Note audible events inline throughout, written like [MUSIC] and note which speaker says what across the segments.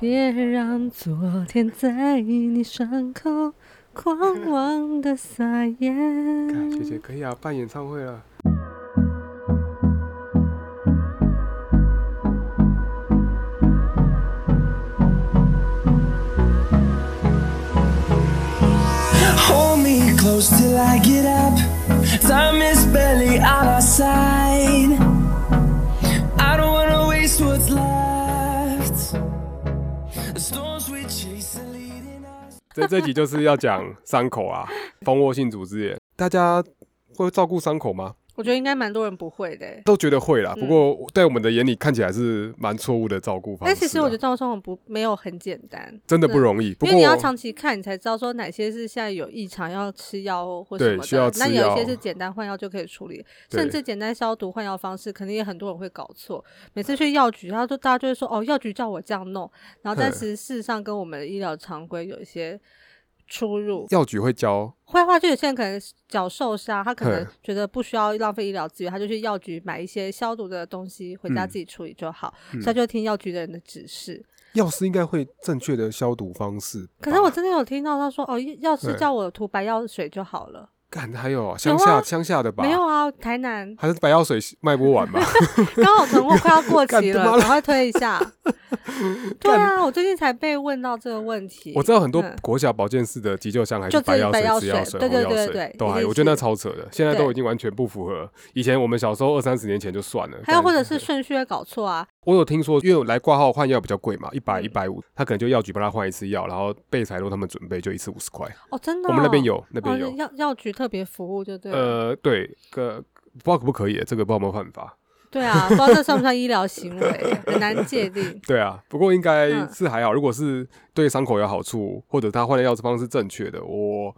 Speaker 1: 别让昨天在你伤口狂妄的撒
Speaker 2: 干
Speaker 1: 野
Speaker 2: 姐。姐可以啊，办演唱会了。
Speaker 3: Hold me close till I get up. Time is barely on our side. I don't wanna waste what's left. The storms we chase are leading us.
Speaker 2: 在这集就是要讲伤口啊，蜂窝性组织炎，大家会照顾伤口吗？
Speaker 1: 我觉得应该蛮多人不会的欸、
Speaker 2: 都觉得会啦，不过在我们的眼里看起来是蛮错误的照顾方式啊、
Speaker 1: 但其实我觉得照顾伤口不没有很简单，
Speaker 2: 真的不容易。不
Speaker 1: 因
Speaker 2: 过
Speaker 1: 为你要长期看，你才知道说哪些是现在有异常要吃药或什
Speaker 2: 对
Speaker 1: 么的。
Speaker 2: 需要吃
Speaker 1: 那有一些
Speaker 2: 药
Speaker 1: 是简单换药就可以处理，
Speaker 2: 对
Speaker 1: 甚至简单消毒换药方式，可能也很多人会搞错。每次去药局，他就大家就会说哦，药局叫我这样弄，然后但
Speaker 2: 哼
Speaker 1: 其实事实上跟我们的医疗常规有一些出入。
Speaker 2: 药局会教，
Speaker 1: 坏话就有些人可能脚受伤，他可能
Speaker 2: 哼
Speaker 1: 觉得不需要浪费医疗资源，他就去药局买一些消毒的东西回家
Speaker 2: 嗯
Speaker 1: 自己处理就好，所以他就听药局的人的指示。
Speaker 2: 药师应该会正确的消毒方式吧。
Speaker 1: 可是我真的有听到他说，哦，药师
Speaker 2: 对
Speaker 1: 叫我涂白药水就好了。
Speaker 2: 干还有啊乡下乡下的吧？
Speaker 1: 没有啊，台南
Speaker 2: 还是白药水卖不完吧？
Speaker 1: 刚好囤货快要过期
Speaker 2: [LAUGHS] 干他
Speaker 1: 了，
Speaker 2: 妈的
Speaker 1: 赶快推一
Speaker 2: [LAUGHS]
Speaker 1: 下。对啊，我最近才被问到这个问题。
Speaker 2: 我知道很多
Speaker 1: 嗯
Speaker 2: 国小保健室的急救箱还
Speaker 1: 就是自己
Speaker 2: 白药
Speaker 1: 白
Speaker 2: 水、
Speaker 1: 药
Speaker 2: 紫
Speaker 1: 水
Speaker 2: 药水、
Speaker 1: 对
Speaker 2: 红
Speaker 1: 对
Speaker 2: 药
Speaker 1: 对
Speaker 2: 水
Speaker 1: 对
Speaker 2: 都
Speaker 1: 一
Speaker 2: 还，
Speaker 1: 定
Speaker 2: 我觉得那
Speaker 1: 是
Speaker 2: 超扯的。现在
Speaker 1: 对
Speaker 2: 都已经完全不符合以前我们小时候二三十年前就算了。
Speaker 1: 还有
Speaker 2: 但
Speaker 1: 或者是顺序会搞错啊，
Speaker 2: 我有听说，因为我来挂号换药比较贵嘛，一百
Speaker 1: 嗯
Speaker 2: 一百五，他可能就药局帮他换一次药，然后备材都他们准备，就一次五十块。
Speaker 1: 哦，真的哦、
Speaker 2: 我们那边有，
Speaker 1: 那
Speaker 2: 那边有，
Speaker 1: 药药局特别服务就对了。
Speaker 2: 呃，对，个不知道可不可以，这个不知道有没有犯法。
Speaker 1: 对啊，不知道这算不算医疗行为，很难界定。
Speaker 2: 对啊，不过应该
Speaker 1: 嗯
Speaker 2: 是还好。如果是对伤口有好处，或者他换的药方是正确的，我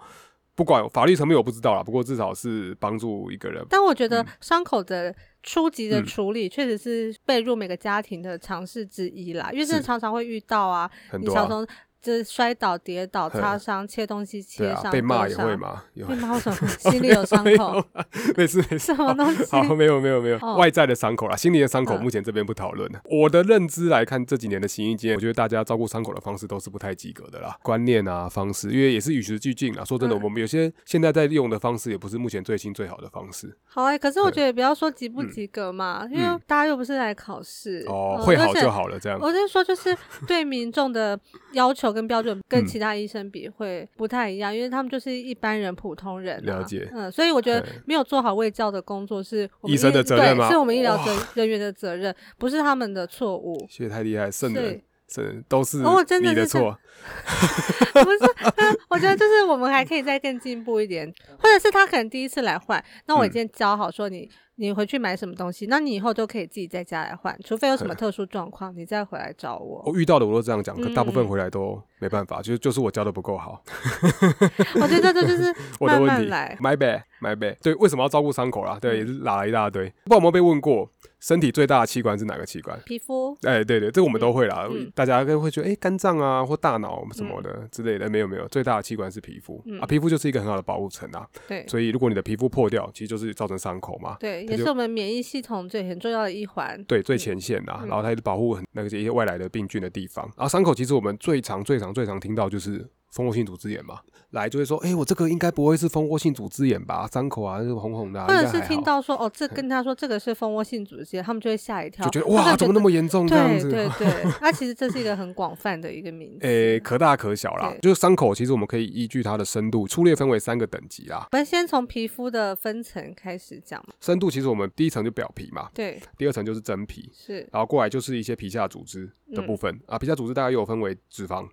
Speaker 2: 不管法律层面我不知道啦。不过至少是帮助一个人。
Speaker 1: 但我觉得伤口的初级的
Speaker 2: 嗯
Speaker 1: 处理，确实是被入每个家庭的尝试之一啦，因为真的
Speaker 2: 是
Speaker 1: 常常会遇到啊，
Speaker 2: 很
Speaker 1: 你
Speaker 2: 多、
Speaker 1: 常
Speaker 2: 啊、
Speaker 1: 常就是摔倒、跌倒、
Speaker 2: 哼
Speaker 1: 擦伤、切东西、切
Speaker 2: 对啊，
Speaker 1: 伤、
Speaker 2: 被骂
Speaker 1: 割
Speaker 2: 也
Speaker 1: 伤
Speaker 2: 会。嘛，有
Speaker 1: 被骂为什么？心里有伤
Speaker 2: [LAUGHS] 没有
Speaker 1: 口，
Speaker 2: 啦没事没事
Speaker 1: [LAUGHS] 什。么东西？
Speaker 2: [LAUGHS] 好，没有没有没有，
Speaker 1: 哦
Speaker 2: 外在的伤口啦，心理的伤口
Speaker 1: 嗯
Speaker 2: 目前这边不讨论。我的认知来看，这几年的行医经验，我觉得大家照顾伤口的方式都是不太及格的啦，观念啊方式，因为也是与时俱进啦。说真的，
Speaker 1: 嗯
Speaker 2: 我们有些现在在用的方式，也不是目前最新最好的方式。
Speaker 1: 好哎、可是我
Speaker 2: 对
Speaker 1: 觉得也不要说及不及格嘛，因为
Speaker 2: 嗯
Speaker 1: 大家又不是来考试
Speaker 2: 哦，
Speaker 1: 嗯
Speaker 2: 会好
Speaker 1: 而且
Speaker 2: 就好了，这样。
Speaker 1: 我是说，就是对民众的要求跟标准
Speaker 2: 嗯
Speaker 1: 跟其他医生比会不太一样，因为他们就是一般人、普通人、啊。
Speaker 2: 了解
Speaker 1: 嗯，所以我觉得
Speaker 2: 对
Speaker 1: 没有做好卫教的工作是我们
Speaker 2: 医生的责任
Speaker 1: 对
Speaker 2: 吗。
Speaker 1: 是我们医疗责人员的责任，不是他们的错误
Speaker 2: 谢谢太厉害，圣
Speaker 1: 对
Speaker 2: [LAUGHS] 人，圣人都是
Speaker 1: 哦真的
Speaker 2: 你的
Speaker 1: 是
Speaker 2: 错，
Speaker 1: 不是， [LAUGHS] 嗯我觉得就是我们还可以再更进步一点，或者是他可能第一次来换，那我已
Speaker 2: 嗯
Speaker 1: 经教好说你。你回去买什么东西，那你以后都可以自己在家来换，除非有
Speaker 2: [LAUGHS]
Speaker 1: 什么特殊状况，你再回来找我。
Speaker 2: 我遇到的我都这样讲，可大部分
Speaker 1: 嗯
Speaker 2: 回来都没办法，就就是我教的不够好，
Speaker 1: 我觉得这就是
Speaker 2: [LAUGHS] 我的
Speaker 1: 慢
Speaker 2: 问
Speaker 1: 慢
Speaker 2: 题
Speaker 1: 来。
Speaker 2: ，my bad，my bad。对，为什么要照顾伤口啦？对，也是拉了一大堆。不知道有没有被问过，身体最大的器官是哪个器官？
Speaker 1: 皮肤
Speaker 2: 哎，对对，这个我们都会啦，
Speaker 1: 嗯
Speaker 2: 大家都会觉得哎，肝脏啊或大脑什么的之类的，没有没有，最大的器官是皮肤啊，
Speaker 1: 嗯
Speaker 2: 皮肤就是一个很好的保护层啊，
Speaker 1: 对，
Speaker 2: 所以如果你的皮肤破掉，其实就是造成伤口嘛，
Speaker 1: 对，
Speaker 2: 它
Speaker 1: 也
Speaker 2: 就是
Speaker 1: 我们免疫系统最很重要的一环。
Speaker 2: 对最前线呐、
Speaker 1: 嗯
Speaker 2: 然后它也是保护很那个一些外来的病菌的地方。然后伤口其实我们最常、最常、最常听到就是蜂窝性组织炎嘛，来就会说，哎、我这个应该不会是蜂窝性组织炎吧？伤口啊，那个红红的、啊，
Speaker 1: 或者
Speaker 2: 应该
Speaker 1: 是
Speaker 2: 还好
Speaker 1: 听到说哦，这跟他说这个是蜂窝性组织炎，他们就会吓一跳，
Speaker 2: 就觉得
Speaker 1: 他
Speaker 2: 哇，
Speaker 1: 们
Speaker 2: 怎么那么严重这样
Speaker 1: 对
Speaker 2: 子？ [LAUGHS]
Speaker 1: 对对，那其实这是一个很广泛的一个名词。
Speaker 2: 诶、可大可小啦
Speaker 1: 对，
Speaker 2: 就是伤口，其实我们可以依据它的深度粗略分为三个等级啦。
Speaker 1: 我们先从皮肤的分层开始讲嘛。
Speaker 2: 深度其实我们第一层就表皮嘛，
Speaker 1: 对，
Speaker 2: 第二层就是真皮，
Speaker 1: 是
Speaker 2: 然后过来就是一些皮下组织的
Speaker 1: 嗯
Speaker 2: 部分、啊。皮下组织大概又有分为脂肪，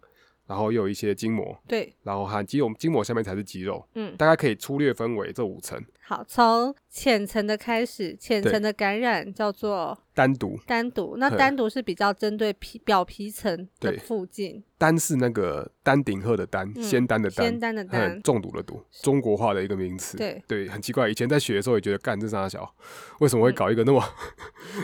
Speaker 2: 然后又有一些筋膜，
Speaker 1: 对，
Speaker 2: 然后和肌肉筋膜下面才是肌肉，
Speaker 1: 嗯，
Speaker 2: 大概可以粗略分为这五层，
Speaker 1: 好，从浅层的开始，浅
Speaker 2: 对
Speaker 1: 层的感染叫做
Speaker 2: 单独
Speaker 1: 单独，那
Speaker 2: 对
Speaker 1: 单独是比较针对皮表皮层的
Speaker 2: 对
Speaker 1: 附近，
Speaker 2: 单是那个丹顶鹤的丹，
Speaker 1: 嗯
Speaker 2: 仙丹的
Speaker 1: 仙
Speaker 2: 丹，
Speaker 1: 丹的
Speaker 2: 嗯，
Speaker 1: 单，
Speaker 2: 中毒的毒，中国化的一个名词。
Speaker 1: 对
Speaker 2: 很奇怪。以前在学的时候也觉得，干这傻小，为什么
Speaker 1: 嗯
Speaker 2: 会搞一个那么？ [LAUGHS]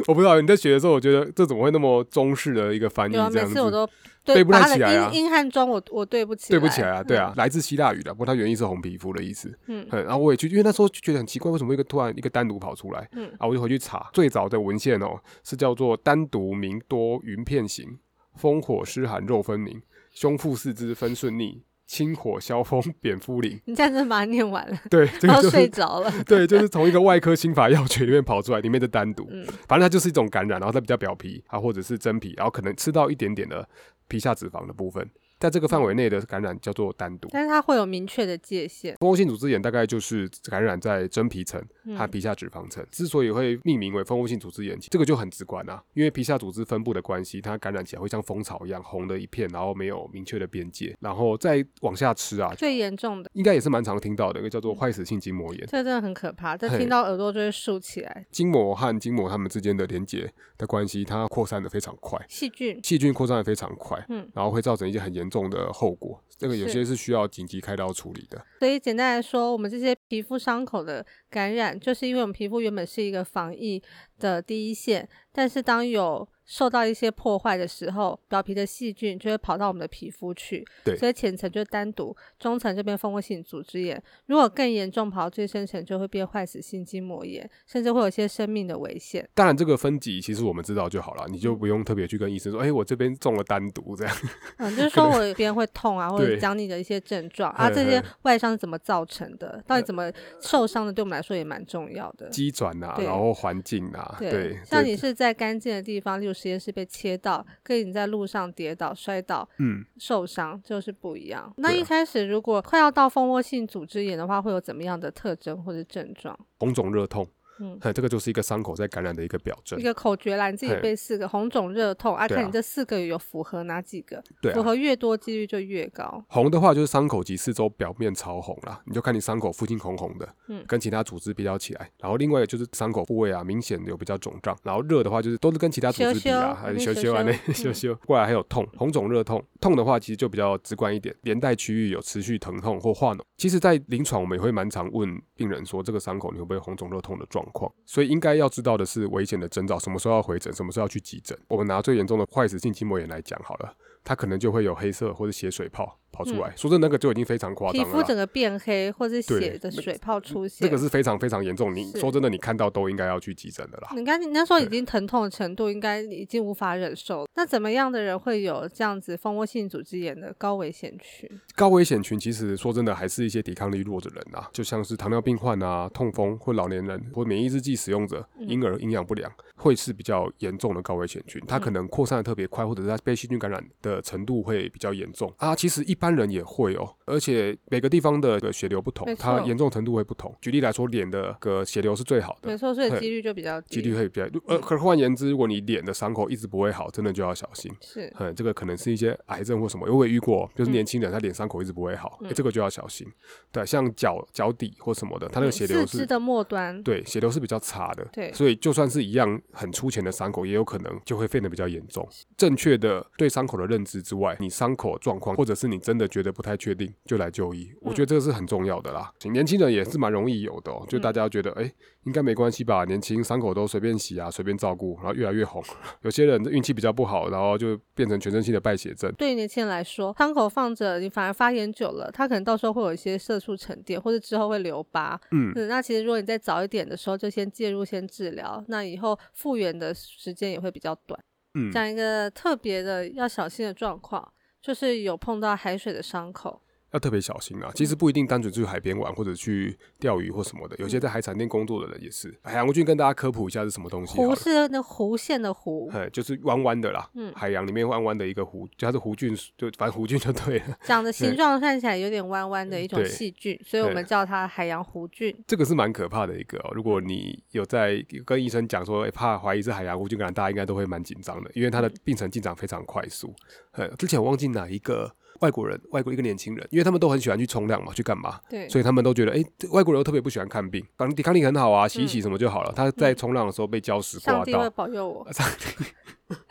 Speaker 2: 我不知道你在学的时候，我觉得这怎么会那么中式的一个翻译
Speaker 1: 有啊，
Speaker 2: 这
Speaker 1: 每
Speaker 2: 样
Speaker 1: 次我
Speaker 2: 子？
Speaker 1: 都
Speaker 2: 对不
Speaker 1: 把
Speaker 2: 太
Speaker 1: 它
Speaker 2: 起来
Speaker 1: 的
Speaker 2: 啊
Speaker 1: 英英汉中我我对不起
Speaker 2: 对不起来啊，对
Speaker 1: 嗯
Speaker 2: 啊，来自希腊语的，不过它原意是红皮肤的意思。
Speaker 1: 嗯
Speaker 2: 嗯，然后我也去，因为那时候就觉得很奇怪，为什么一个突然一个单独跑出来？
Speaker 1: 嗯
Speaker 2: 啊，我就回去查最早的文献哦，是叫做单独明多云片型风火湿寒肉分明，胸腹四肢分顺逆，清火消风扁肤灵。 [LAUGHS]
Speaker 1: 你这样子把它念完了，
Speaker 2: 对，这
Speaker 1: 然
Speaker 2: 个
Speaker 1: 后
Speaker 2: 就是
Speaker 1: 睡着了。
Speaker 2: [LAUGHS] 对，就是从一个外科心法药学里面跑出来，里面的单独，
Speaker 1: 嗯
Speaker 2: 反正它就是一种感染，然后它比较表皮啊，或者是真皮，然后可能吃到一点点的皮下脂肪的部分，在这个范围内的感染叫做单独。
Speaker 1: 但是它会有明确的界限。
Speaker 2: 蜂窝性组织炎大概就是感染在真皮层
Speaker 1: 嗯
Speaker 2: 和皮下脂肪层，之所以会命名为蜂窝性组织炎，这个就很直观啊，因为皮下组织分布的关系，它感染起来会像蜂巢一样红的一片，然后没有明确的边界，然后再往下吃啊，
Speaker 1: 最严重的，
Speaker 2: 应该也是蛮常听到的，一个叫
Speaker 1: 嗯
Speaker 2: 做坏死性筋膜炎。
Speaker 1: 这真的很可怕，这
Speaker 2: 嘿
Speaker 1: 听到耳朵就会竖起来。
Speaker 2: 筋膜和筋膜它们之间的连接的关系，它扩散的非常快，
Speaker 1: 细菌，
Speaker 2: 细菌扩散的非常快，
Speaker 1: 嗯
Speaker 2: 然后会造成一些很严重的后果。这个有
Speaker 1: 是
Speaker 2: 些是需要紧急开刀处理的，
Speaker 1: 所以简单来说，我们这些皮肤伤口的感染，就是因为我们皮肤原本是一个防疫的第一线，但是当有受到一些破坏的时候，表皮的细菌就会跑到我们的皮肤去。
Speaker 2: 对
Speaker 1: 所以浅层就单独，中层这边蜂窝性组织炎，如果更严重跑到最深层，就会变坏死性筋膜炎，甚至会有一些生命的危险。
Speaker 2: 当然，这个分级其实我们知道就好了，你就不用特别去跟医生说，哎、我这边中了单独这样。
Speaker 1: 嗯，就是说我别人会痛
Speaker 2: [LAUGHS]
Speaker 1: 啊，或者
Speaker 2: 对
Speaker 1: 讲你的一些症状啊，
Speaker 2: 嘿
Speaker 1: 这些
Speaker 2: 嘿呃
Speaker 1: 外伤是怎么造成的，到底怎么受伤的，对我们来说也蛮重要的。
Speaker 2: 机转啊，
Speaker 1: 对
Speaker 2: 然后环境啊，对，
Speaker 1: 像
Speaker 2: 对
Speaker 1: 你是在干净的地方，例如实验室被切到，跟你在路上跌倒、摔倒、
Speaker 2: 嗯，
Speaker 1: 受伤就是不一样。那
Speaker 2: 对啊
Speaker 1: 一开始如果快要到蜂窝性组织炎的话，会有怎么样的特征或者症状？
Speaker 2: 红肿热痛，
Speaker 1: 嗯
Speaker 2: 嗯，这个就是一个伤口在感染的一个表征
Speaker 1: 一。个口诀啦，你自己
Speaker 2: 嘿
Speaker 1: 背四个：红肿、热痛啊，
Speaker 2: 对
Speaker 1: 看
Speaker 2: 啊
Speaker 1: 你这四个有符合哪几个，
Speaker 2: 对
Speaker 1: 符
Speaker 2: 啊，
Speaker 1: 合越多几率就越高。
Speaker 2: 红的话就是伤口及四周表面潮红啦，你就看你伤口附近红红的，
Speaker 1: 嗯
Speaker 2: 跟其他组织比较起来。然后另外就是伤口部位啊，明显有比较肿胀。然后热的话就是都是跟其他组织比啊，还
Speaker 1: 羞嗯
Speaker 2: 羞
Speaker 1: 羞
Speaker 2: 羞啊，
Speaker 1: 那边
Speaker 2: 那
Speaker 1: 羞羞
Speaker 2: 羞羞。过来还有痛，红肿热痛，痛的话其实就比较直观一点，连带区域有持续疼痛或化脓。其实，在临床我们也会蛮常问病人说，这个伤口你会不会有红肿热痛的状况？所以应该要知道的是危险的征兆，什么时候要回诊，什么时候要去急诊。我们拿最严重的坏死性筋膜炎来讲好了。它可能就会有黑色或者血水泡跑出来，说真的，那个就已经非常夸
Speaker 1: 嗯
Speaker 2: 张
Speaker 1: 皮
Speaker 2: 了
Speaker 1: 肤
Speaker 2: 啦。
Speaker 1: 整个变黑，或是
Speaker 2: 对
Speaker 1: 血的水泡出现，
Speaker 2: 这个是非常非常严重，你
Speaker 1: 是
Speaker 2: 说真的，你看到都应该要去急诊的啦。
Speaker 1: 你看，你那时候已
Speaker 2: 对
Speaker 1: 经疼痛的程度，应该已经无法忍受了。那怎么样的人会有这样子蜂窝性组织炎的高危险群？
Speaker 2: 高危险群其实说真的还是一些抵抗力弱的人啊，就像是糖尿病患啊、痛风或老年人或免疫制剂使用者、
Speaker 1: 嗯
Speaker 2: 婴儿营养不良，会是比较严重的高危险群。它可能扩散的特别快，或者是它被细菌感染的程度会比较严重啊。其实一般人也会哦，而且每个地方的血流不同
Speaker 1: 没，错
Speaker 2: 它严重程度会不同。举例来说，脸的个血流是最好的
Speaker 1: 没，错，所以
Speaker 2: 对
Speaker 1: 几率就比较低。
Speaker 2: 几率会比较。
Speaker 1: 嗯
Speaker 2: 如呃，可换言之，如果你脸的伤口一直不会好，真的就要小心。
Speaker 1: 是
Speaker 2: 嗯，这个可能是一些癌症或什么，因为我也遇过，
Speaker 1: 嗯
Speaker 2: 就是年轻人他脸伤口一直不会好，诶这个就要小心。对，像脚脚底或什么的，他那个
Speaker 1: 嗯
Speaker 2: 血流
Speaker 1: 四肢
Speaker 2: 是，
Speaker 1: 的末端。
Speaker 2: 对，血流是比较差的。
Speaker 1: 对
Speaker 2: 所以就算是一样很粗浅的伤口，也有可能就会变得比较严重。正确的对伤口的认知之外，你伤口状况，或者是你真的觉得不太确定，就来就医。我觉得这个是很重要的啦。年轻人也是蛮容易有的、哦，就大家觉得，哎、应该没关系吧，年轻伤口都随便洗啊，随便照顾，然后越来越红。 [LAUGHS] 有些人运气比较不好，然后就变成全身性的败血症。
Speaker 1: 对于年轻人来说，伤口放着，你反而发炎久了，它可能到时候会有一些色素沉淀，或者之后会留疤。
Speaker 2: 嗯，
Speaker 1: 那其实如果你再早一点的时候就先介入、先治疗，那以后复原的时间也会比较短。
Speaker 2: 嗯，
Speaker 1: 讲一个特别的要小心的状况，就是有碰到海水的伤口，
Speaker 2: 要特别小心啊！其实不一定单纯去海边玩或者去钓鱼或什么的，有些在海产店工作的人也是。海洋国军跟大家科普一下是什么东西好
Speaker 1: 弧
Speaker 2: 了。
Speaker 1: 是那弧线的
Speaker 2: [LAUGHS]
Speaker 1: 弧，
Speaker 2: 哎，就是弯弯的啦，
Speaker 1: 嗯
Speaker 2: 海洋里面弯弯的一个弧，就它是弧菌，就反正弧菌就对了。
Speaker 1: 长的形
Speaker 2: 对嗯
Speaker 1: 状看起来有点弯弯的一种
Speaker 2: 对
Speaker 1: 细菌，所以我们
Speaker 2: 对
Speaker 1: 叫它海洋弧菌。
Speaker 2: 这个是蛮可怕的一个、哦，如果你有在跟医生讲说、哎怕怀疑是海洋弧菌感染，大家应该都会蛮紧张的，因为它的病程进展非常快速。呃，之前我忘记哪一个外国人，外国一个年轻人，因为他们都很喜欢去冲浪嘛，去干嘛？
Speaker 1: 对，
Speaker 2: 所以他们都觉得，哎、这外国人都特别不喜欢看病，反正抵抗力很好啊，
Speaker 1: 嗯
Speaker 2: 洗一洗什么就好了。他在冲浪的时候被礁石刮
Speaker 1: 上帝会
Speaker 2: 到，
Speaker 1: 保佑我。
Speaker 2: 上帝，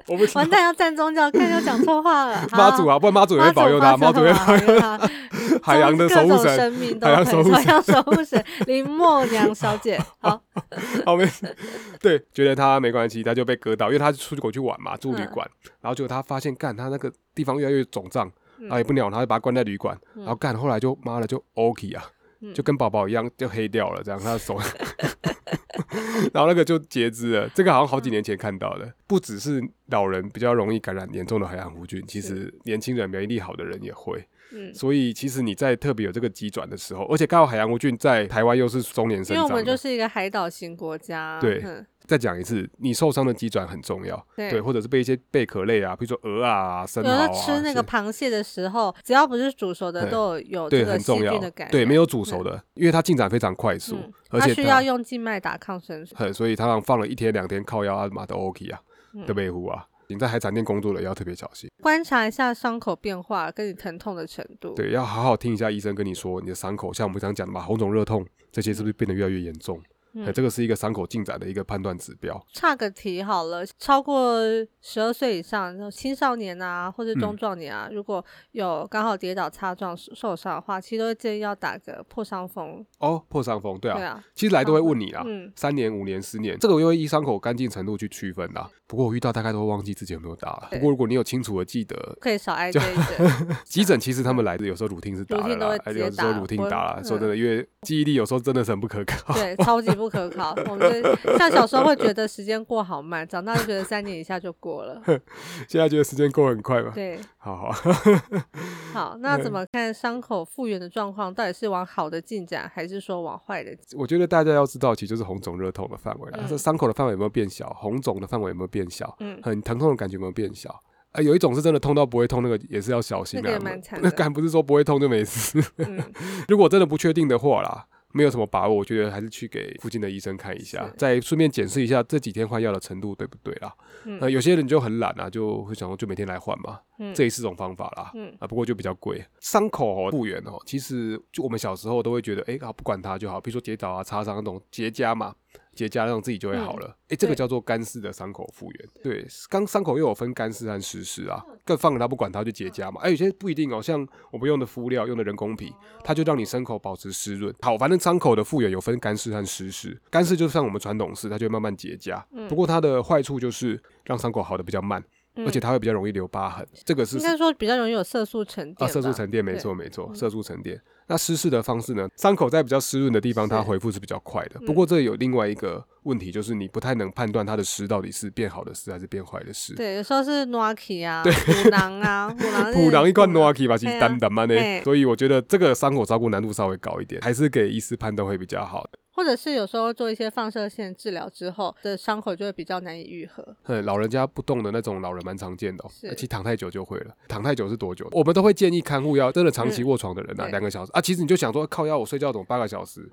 Speaker 2: 我不知
Speaker 1: [LAUGHS]
Speaker 2: 道
Speaker 1: 完蛋，要站宗教，看要讲错话了。
Speaker 2: [LAUGHS] 妈祖
Speaker 1: 好，
Speaker 2: 啊，不然妈祖也
Speaker 1: 妈
Speaker 2: 会
Speaker 1: 祖
Speaker 2: 保佑他，妈祖
Speaker 1: 祖
Speaker 2: 会保
Speaker 1: 保
Speaker 2: 佑
Speaker 1: 佑
Speaker 2: 他，
Speaker 1: 他。
Speaker 2: 海洋的
Speaker 1: 各
Speaker 2: 守护
Speaker 1: 种
Speaker 2: 神，
Speaker 1: 生命都
Speaker 2: 海洋
Speaker 1: 可以
Speaker 2: 守护
Speaker 1: 海
Speaker 2: 神
Speaker 1: 洋守护神林默娘小
Speaker 2: [LAUGHS]
Speaker 1: 姐。好，
Speaker 2: 后面对，觉得他没关系，他就被割到，因为他出去国去玩嘛，住旅
Speaker 1: 嗯
Speaker 2: 馆，然后结果他发现，干他那个地方越来越肿胀，然后
Speaker 1: 嗯
Speaker 2: 也不鸟他，就把他关在旅馆，然后干后
Speaker 1: 嗯
Speaker 2: 来就妈的就 OK 啊，就跟宝宝一样就黑掉了，这样他的手。 [LAUGHS] 然后那个就截肢了。这个好像
Speaker 1: 嗯
Speaker 2: 好几年前看到的，不只是老人比较容易感染严重的海洋弧菌，其实年轻人免疫力好的人也会。
Speaker 1: 嗯，
Speaker 2: 所以其实你在特别有这个急转的时候，而且刚好海洋弧菌在台湾又是中年
Speaker 1: 因
Speaker 2: 生
Speaker 1: 为我
Speaker 2: 长
Speaker 1: 们
Speaker 2: 的，
Speaker 1: 就是一个海岛型国家，
Speaker 2: 对
Speaker 1: 嗯
Speaker 2: 再讲一次，你受伤的急转很重要，
Speaker 1: 对
Speaker 2: 或者是被一些贝壳类啊，比如说鹅啊、生
Speaker 1: 有
Speaker 2: 蚝啊，
Speaker 1: 的吃那个
Speaker 2: 是
Speaker 1: 螃蟹的时候，只要不是煮熟的，
Speaker 2: 对
Speaker 1: 都有
Speaker 2: 对
Speaker 1: 这个
Speaker 2: 很
Speaker 1: 细
Speaker 2: 重要
Speaker 1: 菌的感，染。
Speaker 2: 对，没有煮熟的，因为它进展非常快速
Speaker 1: 嗯，
Speaker 2: 而
Speaker 1: 它
Speaker 2: 且
Speaker 1: 需要用静脉打抗生素。
Speaker 2: 很，所以他放了一天两天靠腰啊，妈的 OK 啊，
Speaker 1: 嗯
Speaker 2: 的维护啊。你在海产店工作的也要特别小心，
Speaker 1: 观察一下伤口变化跟你疼痛的程度。
Speaker 2: 对，要好好听一下医生跟你说你的伤口，像我们常讲的嘛，红肿热痛这些是不是变得越来越严重？
Speaker 1: 嗯
Speaker 2: 哎，这个是一个伤口进展的一个判断指标。
Speaker 1: 岔个题好了，超过十二岁以上，然后青少年啊或者中
Speaker 2: 嗯
Speaker 1: 壮年啊，如果有刚好跌倒擦撞受伤的话，其实都会建议要打个破伤风。
Speaker 2: 哦，破伤风，对啊，
Speaker 1: 对啊，
Speaker 2: 其实来都会
Speaker 1: 伤口
Speaker 2: 问你啦，
Speaker 1: 嗯
Speaker 2: 三年、五年、十年，这个我因为依伤口干净程度去区分啦。不过我遇到大概都会忘记自己有没有打了。不
Speaker 1: 对
Speaker 2: 过如果你有清楚的记得，
Speaker 1: [LAUGHS] 可以少挨这一针。
Speaker 2: 急诊其实他们来的有时候乳听是打了
Speaker 1: routine 都
Speaker 2: 啦
Speaker 1: 会，
Speaker 2: 哎
Speaker 1: 直接
Speaker 2: 有时候
Speaker 1: 打
Speaker 2: 乳听
Speaker 1: 不会
Speaker 2: 打了。
Speaker 1: 嗯
Speaker 2: 说真的，因为记忆力有时候真的是很不可靠。
Speaker 1: 对，超级不可靠。我们就像小时候会觉得时间过好慢，长大就觉得三年以下就过
Speaker 2: [LAUGHS]
Speaker 1: 了。
Speaker 2: [LAUGHS] 现在觉得时间过很快嘛。
Speaker 1: 对，
Speaker 2: 好好， [LAUGHS]
Speaker 1: 好，那
Speaker 2: 嗯
Speaker 1: 怎么看伤口复原的状况，到底是往好的进展，还是说往坏的进
Speaker 2: 我觉得大家要知道，其实就是红肿热痛的范围啦。
Speaker 1: 嗯
Speaker 2: 这伤口的范围有没有变小？红肿的范围有没有变小？
Speaker 1: 嗯
Speaker 2: 很疼痛的感觉有没有变小？啊，有一种是真的痛到不会痛，那个也是要小心
Speaker 1: 那个
Speaker 2: 啊
Speaker 1: 也蛮惨。
Speaker 2: 那
Speaker 1: 的
Speaker 2: 干不是说不会痛就没事。
Speaker 1: 嗯，
Speaker 2: [LAUGHS] 如果真的不确定的话啦，没有什么把握，我觉得还是去给附近的医生看一下
Speaker 1: 是，
Speaker 2: 再顺便检视一下这几天换药的程度对不对啦。
Speaker 1: 嗯
Speaker 2: 呃，有些人就很懒啊，就会想说就每天来换嘛，
Speaker 1: 嗯
Speaker 2: 这也是种方法啦。
Speaker 1: 嗯
Speaker 2: 啊，不过就比较贵。伤口哦，复原哦，其实就我们小时候都会觉得，哎、啊，不管它就好，比如说跌倒啊、擦伤那种结痂嘛。结痂那种自己就会好了，哎、这个
Speaker 1: 嗯对
Speaker 2: 叫做干式的伤口复原。对，刚伤口又有分干式和湿式啊，
Speaker 1: 嗯
Speaker 2: 更放着它不管它就结痂嘛。哎、有些不一定哦，像我们用的敷料、用的人工皮，
Speaker 1: 哦
Speaker 2: 它就让你伤口保持湿润。好，反正伤口的复原有分干式和湿式，干式就像我们传统式，它就会慢慢结痂。
Speaker 1: 嗯
Speaker 2: 不过它的坏处就是让伤口好的比较慢，而且它会比较容易留疤痕。这个是
Speaker 1: 应该说比较容易有色素沉
Speaker 2: 啊，
Speaker 1: 淀吧。
Speaker 2: 色素沉淀，没
Speaker 1: 对嗯
Speaker 2: 错没错，色素沉淀。那湿式的方式呢？伤口在比较湿润的地方，它
Speaker 1: 是嗯
Speaker 2: 恢复是比较快的。不过这有另外一个问题，就是你不太能判断它的湿到底是变好的湿还是变坏的湿。
Speaker 1: 对，有时候是 Naki 啊，虎囊
Speaker 2: [LAUGHS]
Speaker 1: 啊，虎囊是
Speaker 2: 普囊一罐 n o k i 吧，其实
Speaker 1: 嘿啊
Speaker 2: 单单嘛呢
Speaker 1: 嘿，
Speaker 2: 所以我觉得这个伤口照顾难度稍微高一点，还是给医师判断会比较好。
Speaker 1: 或者是有时候做一些放射线治疗之后的伤口就会比较难以愈合。
Speaker 2: 嗯，老人家不动的那种老人蛮常见的、哦，
Speaker 1: 是
Speaker 2: 其实躺太久就会了。躺太久是多久？我们都会建议看护要真的长期
Speaker 1: 嗯
Speaker 2: 卧床的人啊，
Speaker 1: 对
Speaker 2: 两个小时啊。其实你就想说，靠腰我睡觉怎么八个小时？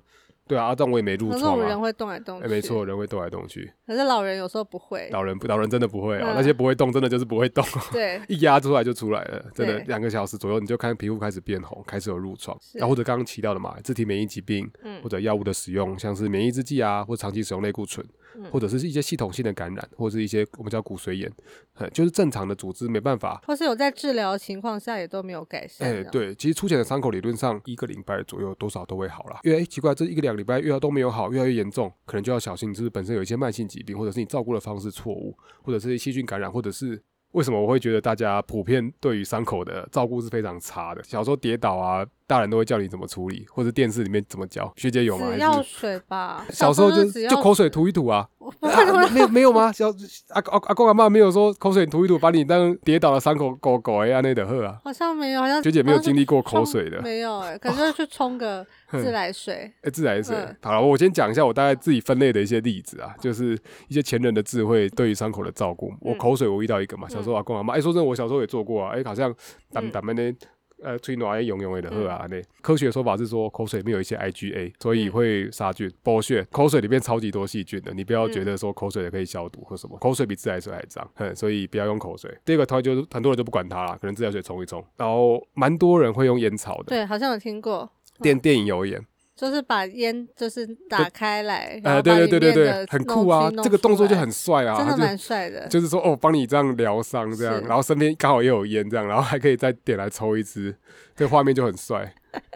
Speaker 2: 对啊，啊但我也没褥
Speaker 1: 可是我
Speaker 2: 疮
Speaker 1: 们
Speaker 2: 啊
Speaker 1: 人。会动来动
Speaker 2: 哎、
Speaker 1: 去，
Speaker 2: 没错，。人会动来动去，
Speaker 1: 可是老人有时候不会，
Speaker 2: 老人不老人真的不会啊、
Speaker 1: 嗯
Speaker 2: 那些不会动真的就是不会动，
Speaker 1: 对，
Speaker 2: 一压出来就出来了，真的
Speaker 1: 对
Speaker 2: 两个小时左右你就看皮肤开始变红，开始有褥疮，
Speaker 1: 是
Speaker 2: 然后或者刚刚提到的嘛，自体免疫疾病，
Speaker 1: 嗯
Speaker 2: 或者药物的使用，像是免疫制剂啊，或长期使用类固醇，
Speaker 1: 嗯
Speaker 2: 或者是一些系统性的感染，或者是一些我们叫骨髓炎，呃就是正常的组织没办法。
Speaker 1: 或是有在治疗的情况下也都没有改善。啊
Speaker 2: 哎、
Speaker 1: 这样，
Speaker 2: 对，其实出血的伤口理论上一个礼拜左右多少都会好啦。因为、哎奇怪，这一个两个礼拜越来都没有好，越来越严重，可能就要小心，你是不是本身有一些慢性疾病，或者是你照顾的方式错误，或者是细菌感染，或者是为什么我会觉得大家普遍对于伤口的照顾是非常差的？小时候跌倒啊，大人都会叫你怎么处理，或者电视里面怎么教，学姐有吗？
Speaker 1: 只
Speaker 2: 还
Speaker 1: 药
Speaker 2: 是
Speaker 1: 水吧，
Speaker 2: [LAUGHS] 小时候就
Speaker 1: 只要
Speaker 2: 就口水吐一吐啊，
Speaker 1: 不会
Speaker 2: 啊
Speaker 1: 不会
Speaker 2: 没有没有吗？小阿阿阿公阿妈没有说口水吐一吐，把你当跌倒的伤口狗狗哎呀那的喝啊。
Speaker 1: 好像没有，好像
Speaker 2: 学姐没有经历过
Speaker 1: 好像
Speaker 2: 口水的
Speaker 1: 冲没有哎、可是去冲
Speaker 2: [LAUGHS]
Speaker 1: 个自来水，
Speaker 2: 哎、自来水。
Speaker 1: 嗯
Speaker 2: 好了，我先讲一下我大概自己分类的一些例子啊，就是一些前人的智慧对于伤口的照顾。我
Speaker 1: 嗯
Speaker 2: 口水我遇到一个嘛，小时候阿公阿妈，哎、说真的，我小时候也做过啊，哎、好像
Speaker 1: 嗯
Speaker 2: 咱咱们那。呃，吹暖用用的喝啊，
Speaker 1: 嗯
Speaker 2: 那、科学说法是说口水里面有一些 IgA，所以会杀菌。剥削口水里面超级多细菌的，你不要觉
Speaker 1: 嗯
Speaker 2: 得说口水也可以消毒或什么，口水比自来水还脏，哼，所以不要用口水。第二个，他就是很多人就不管它啦，可能自来水冲一冲，然后蛮多人会用烟草的，
Speaker 1: 对，好像有听过，
Speaker 2: 电电影有演，
Speaker 1: 就是把烟就是打开来，然后
Speaker 2: 呃，
Speaker 1: 把
Speaker 2: 对
Speaker 1: 里
Speaker 2: 对对对
Speaker 1: 面的
Speaker 2: 对，很酷啊
Speaker 1: 东西，弄
Speaker 2: 这个动作
Speaker 1: 出
Speaker 2: 就
Speaker 1: 来
Speaker 2: 很帅啊，
Speaker 1: 真的
Speaker 2: 就
Speaker 1: 蛮帅的。
Speaker 2: 就是说哦，帮你这样疗伤这样，
Speaker 1: 是
Speaker 2: 然后身边刚好也有烟这样，然后还可以再点来抽一支，这个画面就很
Speaker 1: [LAUGHS]
Speaker 2: 帅。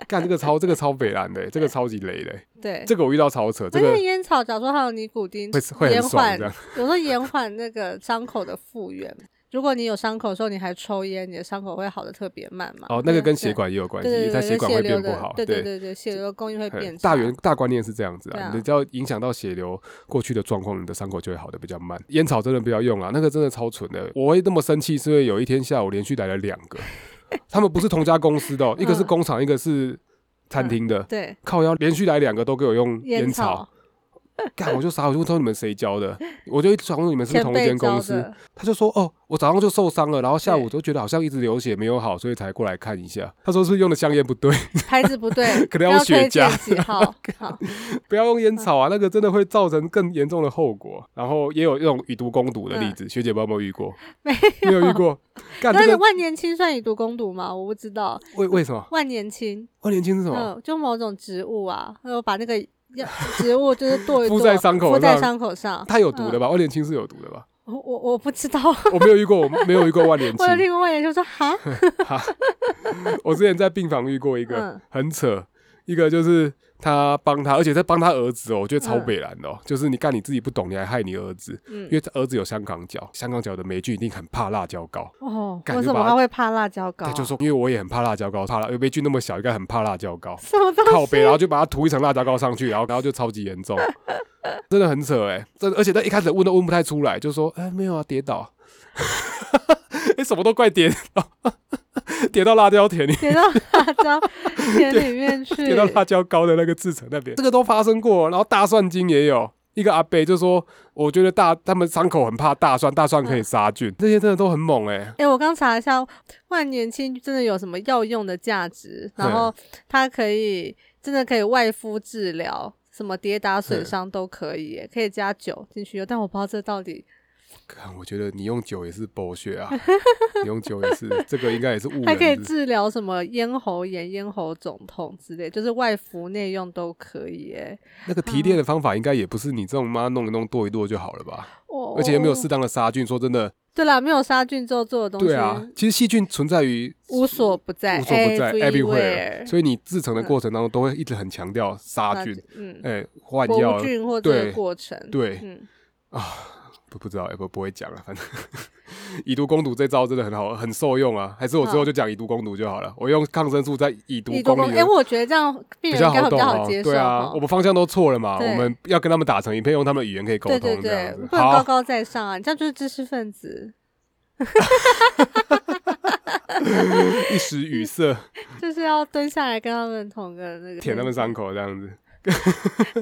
Speaker 2: 干这个超这个超北蓝的、这个超级雷的、
Speaker 1: 对，
Speaker 2: 这个我遇到超扯，这
Speaker 1: 而
Speaker 2: 个
Speaker 1: 且烟草，假如说还有尼古丁
Speaker 2: 会会很
Speaker 1: 延
Speaker 2: 爽
Speaker 1: 缓
Speaker 2: 这样，
Speaker 1: 有时候延缓那个伤口的复原。如果你有伤口的时候，你还抽烟，你的伤口会好的特别慢嘛。
Speaker 2: 哦，那
Speaker 1: 对
Speaker 2: 个跟
Speaker 1: 对
Speaker 2: 血管也有关
Speaker 1: 对对
Speaker 2: 系，
Speaker 1: 对，
Speaker 2: 它
Speaker 1: 对
Speaker 2: 血管会变
Speaker 1: 流
Speaker 2: 不
Speaker 1: 的
Speaker 2: 好。
Speaker 1: 对对对对，血流的供应会变
Speaker 2: 嗯
Speaker 1: 差
Speaker 2: 大原大观念是这样子
Speaker 1: 对
Speaker 2: 啊，
Speaker 1: 啊
Speaker 2: 你只要影响到血流过去的状况，你的伤口就会好的比较慢。烟草真的不要用啊，那个真的超蠢的。我会那么生气，是因为有一天下午连续来了两个，
Speaker 1: [LAUGHS]
Speaker 2: 他们不是同家公司的哦、一个是
Speaker 1: 嗯
Speaker 2: 工厂，一个是餐厅的。
Speaker 1: 对
Speaker 2: 靠腰连续来两个都给我用
Speaker 1: 烟
Speaker 2: 烟草，，干我就傻，我就问说你们谁
Speaker 1: [LAUGHS]
Speaker 2: 教的？我就一直想问你们是不
Speaker 1: 前
Speaker 2: 是同一
Speaker 1: 辈
Speaker 2: 间公
Speaker 1: 教
Speaker 2: 司？
Speaker 1: 的，
Speaker 2: 他就说：“哦，我早上就受伤了，然后下午
Speaker 1: 对
Speaker 2: 都觉得好像一直流血没有好，所以才过来看一下。”他说：“是不是用的香烟不对，
Speaker 1: 牌子不对，
Speaker 2: [LAUGHS] 可能要
Speaker 1: 要
Speaker 2: 雪
Speaker 1: 推荐
Speaker 2: 茄
Speaker 1: 几
Speaker 2: [LAUGHS]
Speaker 1: 号？好，
Speaker 2: 不要用烟草啊，那个真的会造成更严重的后果。”然后也有这种以毒攻毒的例子，学姐不知道有没有遇过？
Speaker 1: 没
Speaker 2: 没有遇
Speaker 1: [LAUGHS]
Speaker 2: 过。干
Speaker 1: 但
Speaker 2: 这
Speaker 1: 是
Speaker 2: 个
Speaker 1: 万年青算以毒攻毒吗？我不知道，
Speaker 2: 为为什么？
Speaker 1: 万年青，
Speaker 2: 万年青是什么？
Speaker 1: 嗯，就某种植物啊，然后把那个药 [LAUGHS] 植物就是剁一
Speaker 2: 敷
Speaker 1: 剁，
Speaker 2: 在伤口
Speaker 1: 敷在
Speaker 2: 上
Speaker 1: 伤口上。
Speaker 2: 它有毒的
Speaker 1: 嗯
Speaker 2: 吧？万年青是有毒的吧？
Speaker 1: 我我我不知道，
Speaker 2: 我没有遇过，我没有遇过万年
Speaker 1: [LAUGHS] 我
Speaker 2: 青
Speaker 1: 有。听过万年就说哈，
Speaker 2: 哈，我之前在病房遇过一个、
Speaker 1: 嗯
Speaker 2: 很扯，一个就是他帮他，而且在帮他儿子哦，我觉得超
Speaker 1: 嗯
Speaker 2: 北蓝的、哦，就是你干你自己不懂，你还害你儿子，
Speaker 1: 嗯
Speaker 2: 因为他儿子有香港脚，香港脚的霉菌一定很怕辣椒膏。
Speaker 1: 哦，
Speaker 2: 感
Speaker 1: 为
Speaker 2: 觉
Speaker 1: 什
Speaker 2: 把
Speaker 1: 么
Speaker 2: 它
Speaker 1: 他会怕辣椒膏啊？
Speaker 2: 他就说，因为我也很怕辣椒膏，怕辣，因为霉菌那么小，应该很怕辣椒膏。
Speaker 1: 什么东
Speaker 2: 靠
Speaker 1: 西？
Speaker 2: 背，然后就把它涂一层辣椒膏上去，然后然后就超级严重，真的很扯哎、真的，而且他一开始问都问不太出来，就说哎、没有啊，跌倒， [LAUGHS] 哎、什么都怪跌倒，跌到辣椒田里
Speaker 1: 跌到辣椒田里面
Speaker 2: [LAUGHS]
Speaker 1: 去，
Speaker 2: 贴到辣椒膏的那个制成那边，这个都发生过。然后大蒜精也有一个阿伯就说，我觉得大他们伤口很怕大蒜，大蒜可以杀菌，这些真的都很猛哎、
Speaker 1: 哎、我刚查一下，万年青真的有什么药用的价值？
Speaker 2: 嗯
Speaker 1: 然后它可以真的可以外敷治疗，什么跌打损
Speaker 2: 嗯
Speaker 1: 伤都可以耶，可以加酒进去用。但我不知道这到底
Speaker 2: 看，我觉得你用酒也是剥削啊，你用酒也是，这个应该也是误
Speaker 1: 还可以
Speaker 2: 人之。
Speaker 1: 治疗什么咽喉炎、咽喉肿痛之类，就是外敷内用都可以耶。
Speaker 2: 那个提炼的方法应该也不是你这种妈弄一弄剁一剁就好了吧？
Speaker 1: 哦，
Speaker 2: 而且也没有适
Speaker 1: 是。
Speaker 2: 当的杀菌，说真的，
Speaker 1: 对啦，没有杀菌之后做的东西，
Speaker 2: 对啊，其实细菌存在于。
Speaker 1: 无所不在，
Speaker 2: 无所不在
Speaker 1: 哎 everywhere，
Speaker 2: ，everywhere，所以你制成的过程当中都会一直很强调杀菌，，
Speaker 1: 嗯，
Speaker 2: 哎，换药
Speaker 1: 活菌或这
Speaker 2: 对
Speaker 1: 个过程，
Speaker 2: 对
Speaker 1: 嗯，
Speaker 2: 啊，不不知道，欸、不不会讲啊，反正 [LAUGHS] 以毒攻毒这招真的很好，很受用啊。还是我之后就讲以毒攻毒就好了，我用抗生素在以毒
Speaker 1: 嗯以毒
Speaker 2: 攻
Speaker 1: 攻，
Speaker 2: 你
Speaker 1: 哎、
Speaker 2: 的
Speaker 1: 我觉得这样病
Speaker 2: 比
Speaker 1: 人应
Speaker 2: 较
Speaker 1: 该
Speaker 2: 好
Speaker 1: 会比
Speaker 2: 懂
Speaker 1: 较
Speaker 2: 哦
Speaker 1: 好接受
Speaker 2: 对啊
Speaker 1: 哦，
Speaker 2: 我们方向都错了嘛，
Speaker 1: 对
Speaker 2: 我们要跟他们打成一片，用他们的语言可以沟
Speaker 1: 对
Speaker 2: 通
Speaker 1: 对
Speaker 2: 这样
Speaker 1: 对
Speaker 2: 子，。
Speaker 1: 不能高
Speaker 2: 好，
Speaker 1: 高在上啊，你这样就是知识分子，
Speaker 2: 一时
Speaker 1: [LAUGHS]
Speaker 2: 语塞，
Speaker 1: 就是要蹲下来跟他们同个那个
Speaker 2: [LAUGHS] 舔他们伤，口这样子。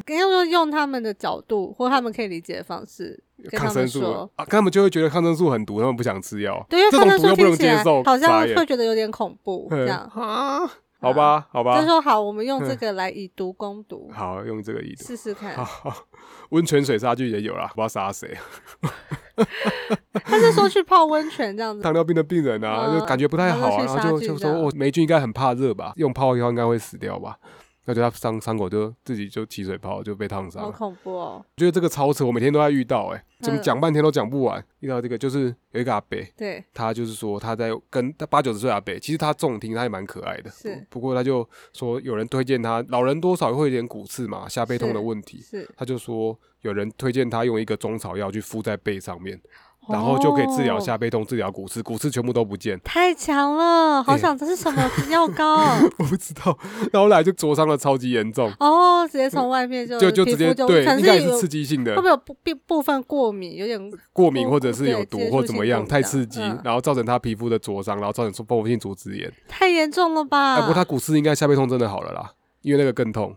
Speaker 1: 应该说用他们的角度或他们可以理解的方式 [LAUGHS] 跟
Speaker 2: 抗
Speaker 1: 他
Speaker 2: 生
Speaker 1: 们
Speaker 2: 素
Speaker 1: 说。
Speaker 2: 啊，他们就会觉得抗生素很毒，他们不想吃药。
Speaker 1: 对，因为
Speaker 2: 这
Speaker 1: 抗
Speaker 2: 种
Speaker 1: 生
Speaker 2: 毒
Speaker 1: 素
Speaker 2: 又
Speaker 1: 听
Speaker 2: 不能
Speaker 1: 起
Speaker 2: 接
Speaker 1: 来
Speaker 2: 受，
Speaker 1: 好像
Speaker 2: 傻眼
Speaker 1: 会觉得有点恐怖，
Speaker 2: [LAUGHS] 嗯
Speaker 1: 这样嗯
Speaker 2: 啊，好吧，好吧嗯
Speaker 1: 就，说好，我们用这个来以毒攻毒，
Speaker 2: 好用这个以毒。
Speaker 1: 试试看
Speaker 2: 好。好， [LAUGHS] 温泉水杀菌也有啦，不知道杀谁。
Speaker 1: 嗯他是说去泡温泉这样子，
Speaker 2: 糖尿病的病人啊，
Speaker 1: 嗯
Speaker 2: 就感觉不太好啊，
Speaker 1: 然后
Speaker 2: 然
Speaker 1: 去杀
Speaker 2: 后就
Speaker 1: 菌
Speaker 2: 就
Speaker 1: 这
Speaker 2: 说
Speaker 1: 样
Speaker 2: 我霉菌应该很怕热吧，用泡药应该会死掉吧。那就他伤伤口就自己就起水泡就被烫伤
Speaker 1: 好
Speaker 2: 了，
Speaker 1: 恐怖哦。
Speaker 2: 我觉得这个超扯，我每天都在遇到哎、怎么
Speaker 1: 嗯
Speaker 2: 讲半天都讲不完。遇到这个就是有一个阿伯，
Speaker 1: 对，
Speaker 2: 他就是说他在跟他八九十岁阿伯，其实他重听他也蛮可爱的，
Speaker 1: 是
Speaker 2: 不过他就说有人推荐他，老人多少会有点骨刺嘛，下背痛
Speaker 1: 是
Speaker 2: 的问题，
Speaker 1: 是，
Speaker 2: 他就说有人推荐他用一个中草药去敷在背上面，然后就可以治疗
Speaker 1: 哦
Speaker 2: 下背痛、治疗骨刺，骨刺全部都不见。 [LAUGHS]
Speaker 1: 太强了，好
Speaker 2: 哎
Speaker 1: 想这是什么药
Speaker 2: [LAUGHS]
Speaker 1: 膏？
Speaker 2: 我不知道，然后来就灼伤的超级严重，
Speaker 1: 哦，直接从外面就
Speaker 2: 就就直
Speaker 1: 皮
Speaker 2: 接
Speaker 1: 肤
Speaker 2: 对，
Speaker 1: 可能
Speaker 2: 应该也
Speaker 1: 有
Speaker 2: 是刺激性的
Speaker 1: 会不会有部部部分过敏，有点
Speaker 2: 过敏
Speaker 1: 过
Speaker 2: 或者是有
Speaker 1: 对
Speaker 2: 毒
Speaker 1: 接
Speaker 2: 或
Speaker 1: 触
Speaker 2: 怎么
Speaker 1: 性
Speaker 2: 样，
Speaker 1: 过
Speaker 2: 太
Speaker 1: 敏
Speaker 2: 刺
Speaker 1: 的
Speaker 2: 激
Speaker 1: 嗯，
Speaker 2: 然后造成他皮肤的灼伤，然后造成说蜂窝性组织炎。
Speaker 1: 太严重了吧？
Speaker 2: 哎，不过他骨刺应该下背痛真的好了啦，因为那个更痛，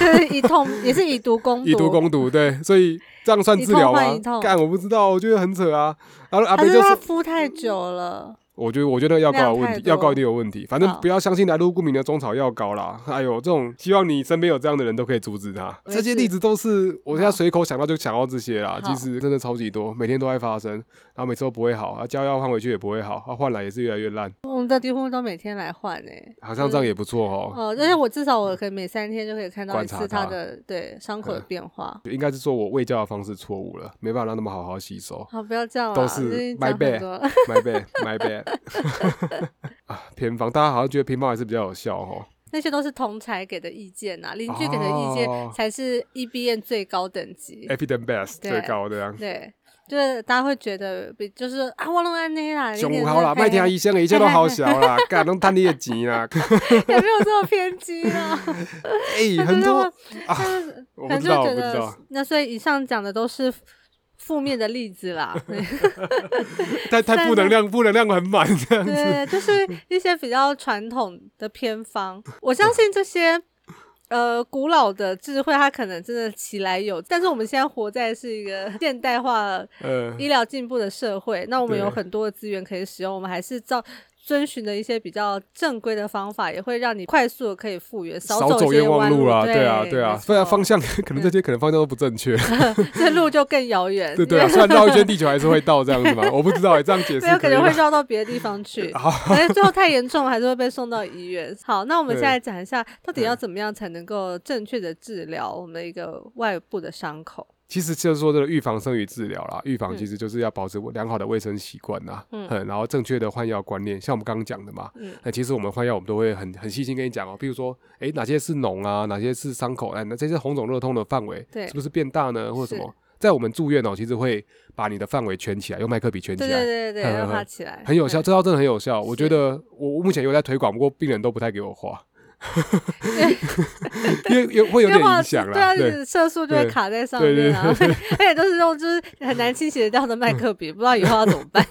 Speaker 1: 就是以痛，也是以毒攻毒，
Speaker 2: 以毒攻毒，对，所以这样算
Speaker 1: 一
Speaker 2: 治
Speaker 1: 痛
Speaker 2: 疗
Speaker 1: 换
Speaker 2: 吗
Speaker 1: 一？痛
Speaker 2: 干，我不知道，我觉得很扯啊。然后阿
Speaker 1: 还
Speaker 2: 贝
Speaker 1: 是
Speaker 2: 就
Speaker 1: 他
Speaker 2: 是，
Speaker 1: 敷太久了？
Speaker 2: 我觉得我觉得那个药膏
Speaker 1: 量
Speaker 2: 有问
Speaker 1: 太
Speaker 2: 题，药膏
Speaker 1: 多嗯
Speaker 2: 一定有问题，反正
Speaker 1: 好
Speaker 2: 不要相信来路不明的中草药膏啦。哎呦，这种希望你身边有这样的人都可以阻止他。
Speaker 1: 没
Speaker 2: 这些
Speaker 1: 事
Speaker 2: 例子都是我现在
Speaker 1: 好
Speaker 2: 随口想到就想到这些
Speaker 1: 好
Speaker 2: 啦，其实真的超级多，每天都在发生，然后每次都不会好，啊，交药换回去也不会好，啊，换来也是越来越烂，
Speaker 1: 我们的几乎都每天来换欸诶、
Speaker 2: 好像这样也不错哦。
Speaker 1: 哦，但是我至少我可以每三天就可以看到
Speaker 2: 观
Speaker 1: 一
Speaker 2: 察
Speaker 1: 次
Speaker 2: 它
Speaker 1: 它的对伤口的
Speaker 2: 嗯
Speaker 1: 变化。
Speaker 2: 应该是说我喂教的方式错误了，没办法让他们好好吸收。
Speaker 1: 好，不要这样啦，
Speaker 2: 都
Speaker 1: 我
Speaker 2: 是
Speaker 1: 最近
Speaker 2: my
Speaker 1: 讲
Speaker 2: bad
Speaker 1: 很多了。
Speaker 2: My bad, my bad [LAUGHS] 啊，偏方，大家好像觉得偏方还是比较有效哦。
Speaker 1: 那些都是同才给的意见呐、邻居给的意
Speaker 2: 哦哎
Speaker 1: 见才是 E B N 最高等级。
Speaker 2: Epidem best
Speaker 1: 对
Speaker 2: 最高的样
Speaker 1: 对，就是大家会觉得比就是啊，我拢安尼啦，你
Speaker 2: 上
Speaker 1: 念
Speaker 2: 有好啦，
Speaker 1: 得
Speaker 2: 卖听医生的，一切都好小啦，干拢赚你的钱啦。
Speaker 1: [LAUGHS]
Speaker 2: [LAUGHS]
Speaker 1: 也没有这么偏激啊。
Speaker 2: 哎，很多啊，我不
Speaker 1: 反正
Speaker 2: 知
Speaker 1: 就
Speaker 2: 道，我
Speaker 1: 觉
Speaker 2: 不知道
Speaker 1: 得。，那所以以上讲的都是负面的例子
Speaker 2: [LAUGHS]
Speaker 1: 啦，对
Speaker 2: 太太负能量，负能量很满
Speaker 1: [LAUGHS]
Speaker 2: 这 [LAUGHS] 样。
Speaker 1: 对，就是一些比较传统的偏方。我相信这些呃古老的智慧，它可能真的其来有，但是我们现在活在是一个现代化
Speaker 2: 呃，
Speaker 1: 医疗进步的社会，那我们有
Speaker 2: 对
Speaker 1: 很多的资源可以使用，我们还是照。遵循的一些比较正规的方法，也会让你快速的可以复原，少
Speaker 2: 少
Speaker 1: 走
Speaker 2: 走
Speaker 1: 一些
Speaker 2: 冤枉
Speaker 1: 弯
Speaker 2: 路啊，
Speaker 1: 对
Speaker 2: 对啊，对啊，虽
Speaker 1: 虽然
Speaker 2: 然方向 [LAUGHS] 可能这些可能方向都不正
Speaker 1: [LAUGHS]
Speaker 2: 确，
Speaker 1: 这路就更遥远，
Speaker 2: 对对啊，虽然绕一圈地球还是会到这样子嘛，我不知道哎，这样解释
Speaker 1: 没啊有可
Speaker 2: 以
Speaker 1: 能
Speaker 2: 吗哦
Speaker 1: 会绕到别的地方
Speaker 2: [LAUGHS]
Speaker 1: 去，反正最后太严重还是会被送到医院。好，那我们
Speaker 2: 对
Speaker 1: 现在讲一下，到底
Speaker 2: 嗯
Speaker 1: 要怎么样才能够正确的治疗我们的一个外部的伤口？
Speaker 2: 其实就是说这个预防胜于治疗啦，预防
Speaker 1: 嗯
Speaker 2: 其实就是要保持良好的卫生习惯呐，
Speaker 1: 嗯
Speaker 2: 嗯，然后正确的换药观念，像我们刚刚讲的嘛，
Speaker 1: 嗯
Speaker 2: 那其实我们换药我们都会很很细心跟你讲哦，比如说，哎，哪些是脓啊，哪些是伤口，哎，那这些红肿热痛的范围
Speaker 1: 对
Speaker 2: 是不是变大呢，或者什
Speaker 1: 是
Speaker 2: 么？在我们住院哦，其实会把你的范围圈起来，用麦克笔圈起
Speaker 1: 对
Speaker 2: 来，
Speaker 1: 对对对对，
Speaker 2: [LAUGHS] 嗯嗯
Speaker 1: 让它
Speaker 2: 嗯
Speaker 1: 起来，
Speaker 2: 很有效，
Speaker 1: 嗯。
Speaker 2: 这招真的很有效。我
Speaker 1: 是
Speaker 2: 觉得我我目前有在推广，不过病人都不太给
Speaker 1: [LAUGHS]
Speaker 2: 我画， [LAUGHS] 因为有会有
Speaker 1: 因为
Speaker 2: 点
Speaker 1: 话
Speaker 2: 影响
Speaker 1: 对啊，
Speaker 2: 啦。对
Speaker 1: 你色素就会
Speaker 2: 对
Speaker 1: 卡在上
Speaker 2: 对对嗯
Speaker 1: 面啊， [LAUGHS] 而且都是用就是很难清洗得掉的麦克笔，不知道以后要怎么办，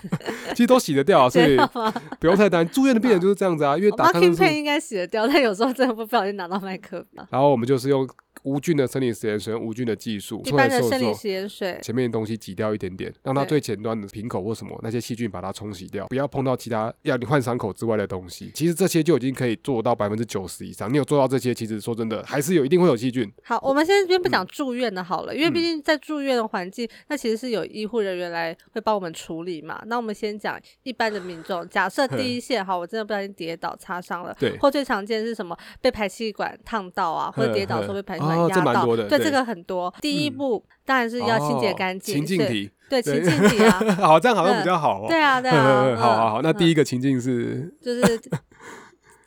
Speaker 2: 其实都洗得掉
Speaker 1: [LAUGHS]
Speaker 2: 啊，所
Speaker 1: 知
Speaker 2: 以
Speaker 1: 道吗？
Speaker 2: [LAUGHS] 不用太担心。住院的病人就是这样
Speaker 1: [LAUGHS]
Speaker 2: 子啊，因为
Speaker 1: 我
Speaker 2: 打
Speaker 1: 妈
Speaker 2: 抗生
Speaker 1: King
Speaker 2: 素，
Speaker 1: Pen 应该洗得掉，但有时候真的不小心拿到麦克笔。
Speaker 2: 然后我们就是用无菌的生理实验水，用无菌的技术，
Speaker 1: 一
Speaker 2: 出来
Speaker 1: 般
Speaker 2: 的
Speaker 1: 的
Speaker 2: 时
Speaker 1: 生理
Speaker 2: 候。
Speaker 1: 食盐水，
Speaker 2: 前面的东西挤掉一点点，让它
Speaker 1: 对
Speaker 2: 最前端的瓶口或什么那些细菌把它冲洗掉，不要碰到其他要你换伤口之外的东西。其实这些就已经可以做到百分之九十以上。你有做到这些，其实说真的还是有一定会有细菌，
Speaker 1: 好，我们先先
Speaker 2: 嗯
Speaker 1: 不讲住院的好了，因为毕竟在住院的环境，那其实是有医护人员来会帮我们处理嘛。那我们先讲一般的民众，假设第一线哈，我真的不小心跌倒擦伤了，
Speaker 2: 对
Speaker 1: 或最常见是什么？被排气管烫到啊，或者
Speaker 2: 呵
Speaker 1: 跌倒的时候
Speaker 2: 呵
Speaker 1: 被排气管
Speaker 2: 哦
Speaker 1: 压
Speaker 2: 这蛮
Speaker 1: 到，
Speaker 2: 多的
Speaker 1: 对
Speaker 2: 对
Speaker 1: 这个很多。第一
Speaker 2: 嗯
Speaker 1: 步当然是要清洁
Speaker 2: 哦
Speaker 1: 干净，
Speaker 2: 情境
Speaker 1: 对
Speaker 2: 题，
Speaker 1: 对情
Speaker 2: [LAUGHS] 对
Speaker 1: 境题啊，
Speaker 2: 好，这样好像比较好哦。
Speaker 1: 对啊对
Speaker 2: 嗯
Speaker 1: 啊，
Speaker 2: 嗯 [LAUGHS] 好好好，那第
Speaker 1: 一
Speaker 2: 一个情境是
Speaker 1: 就是。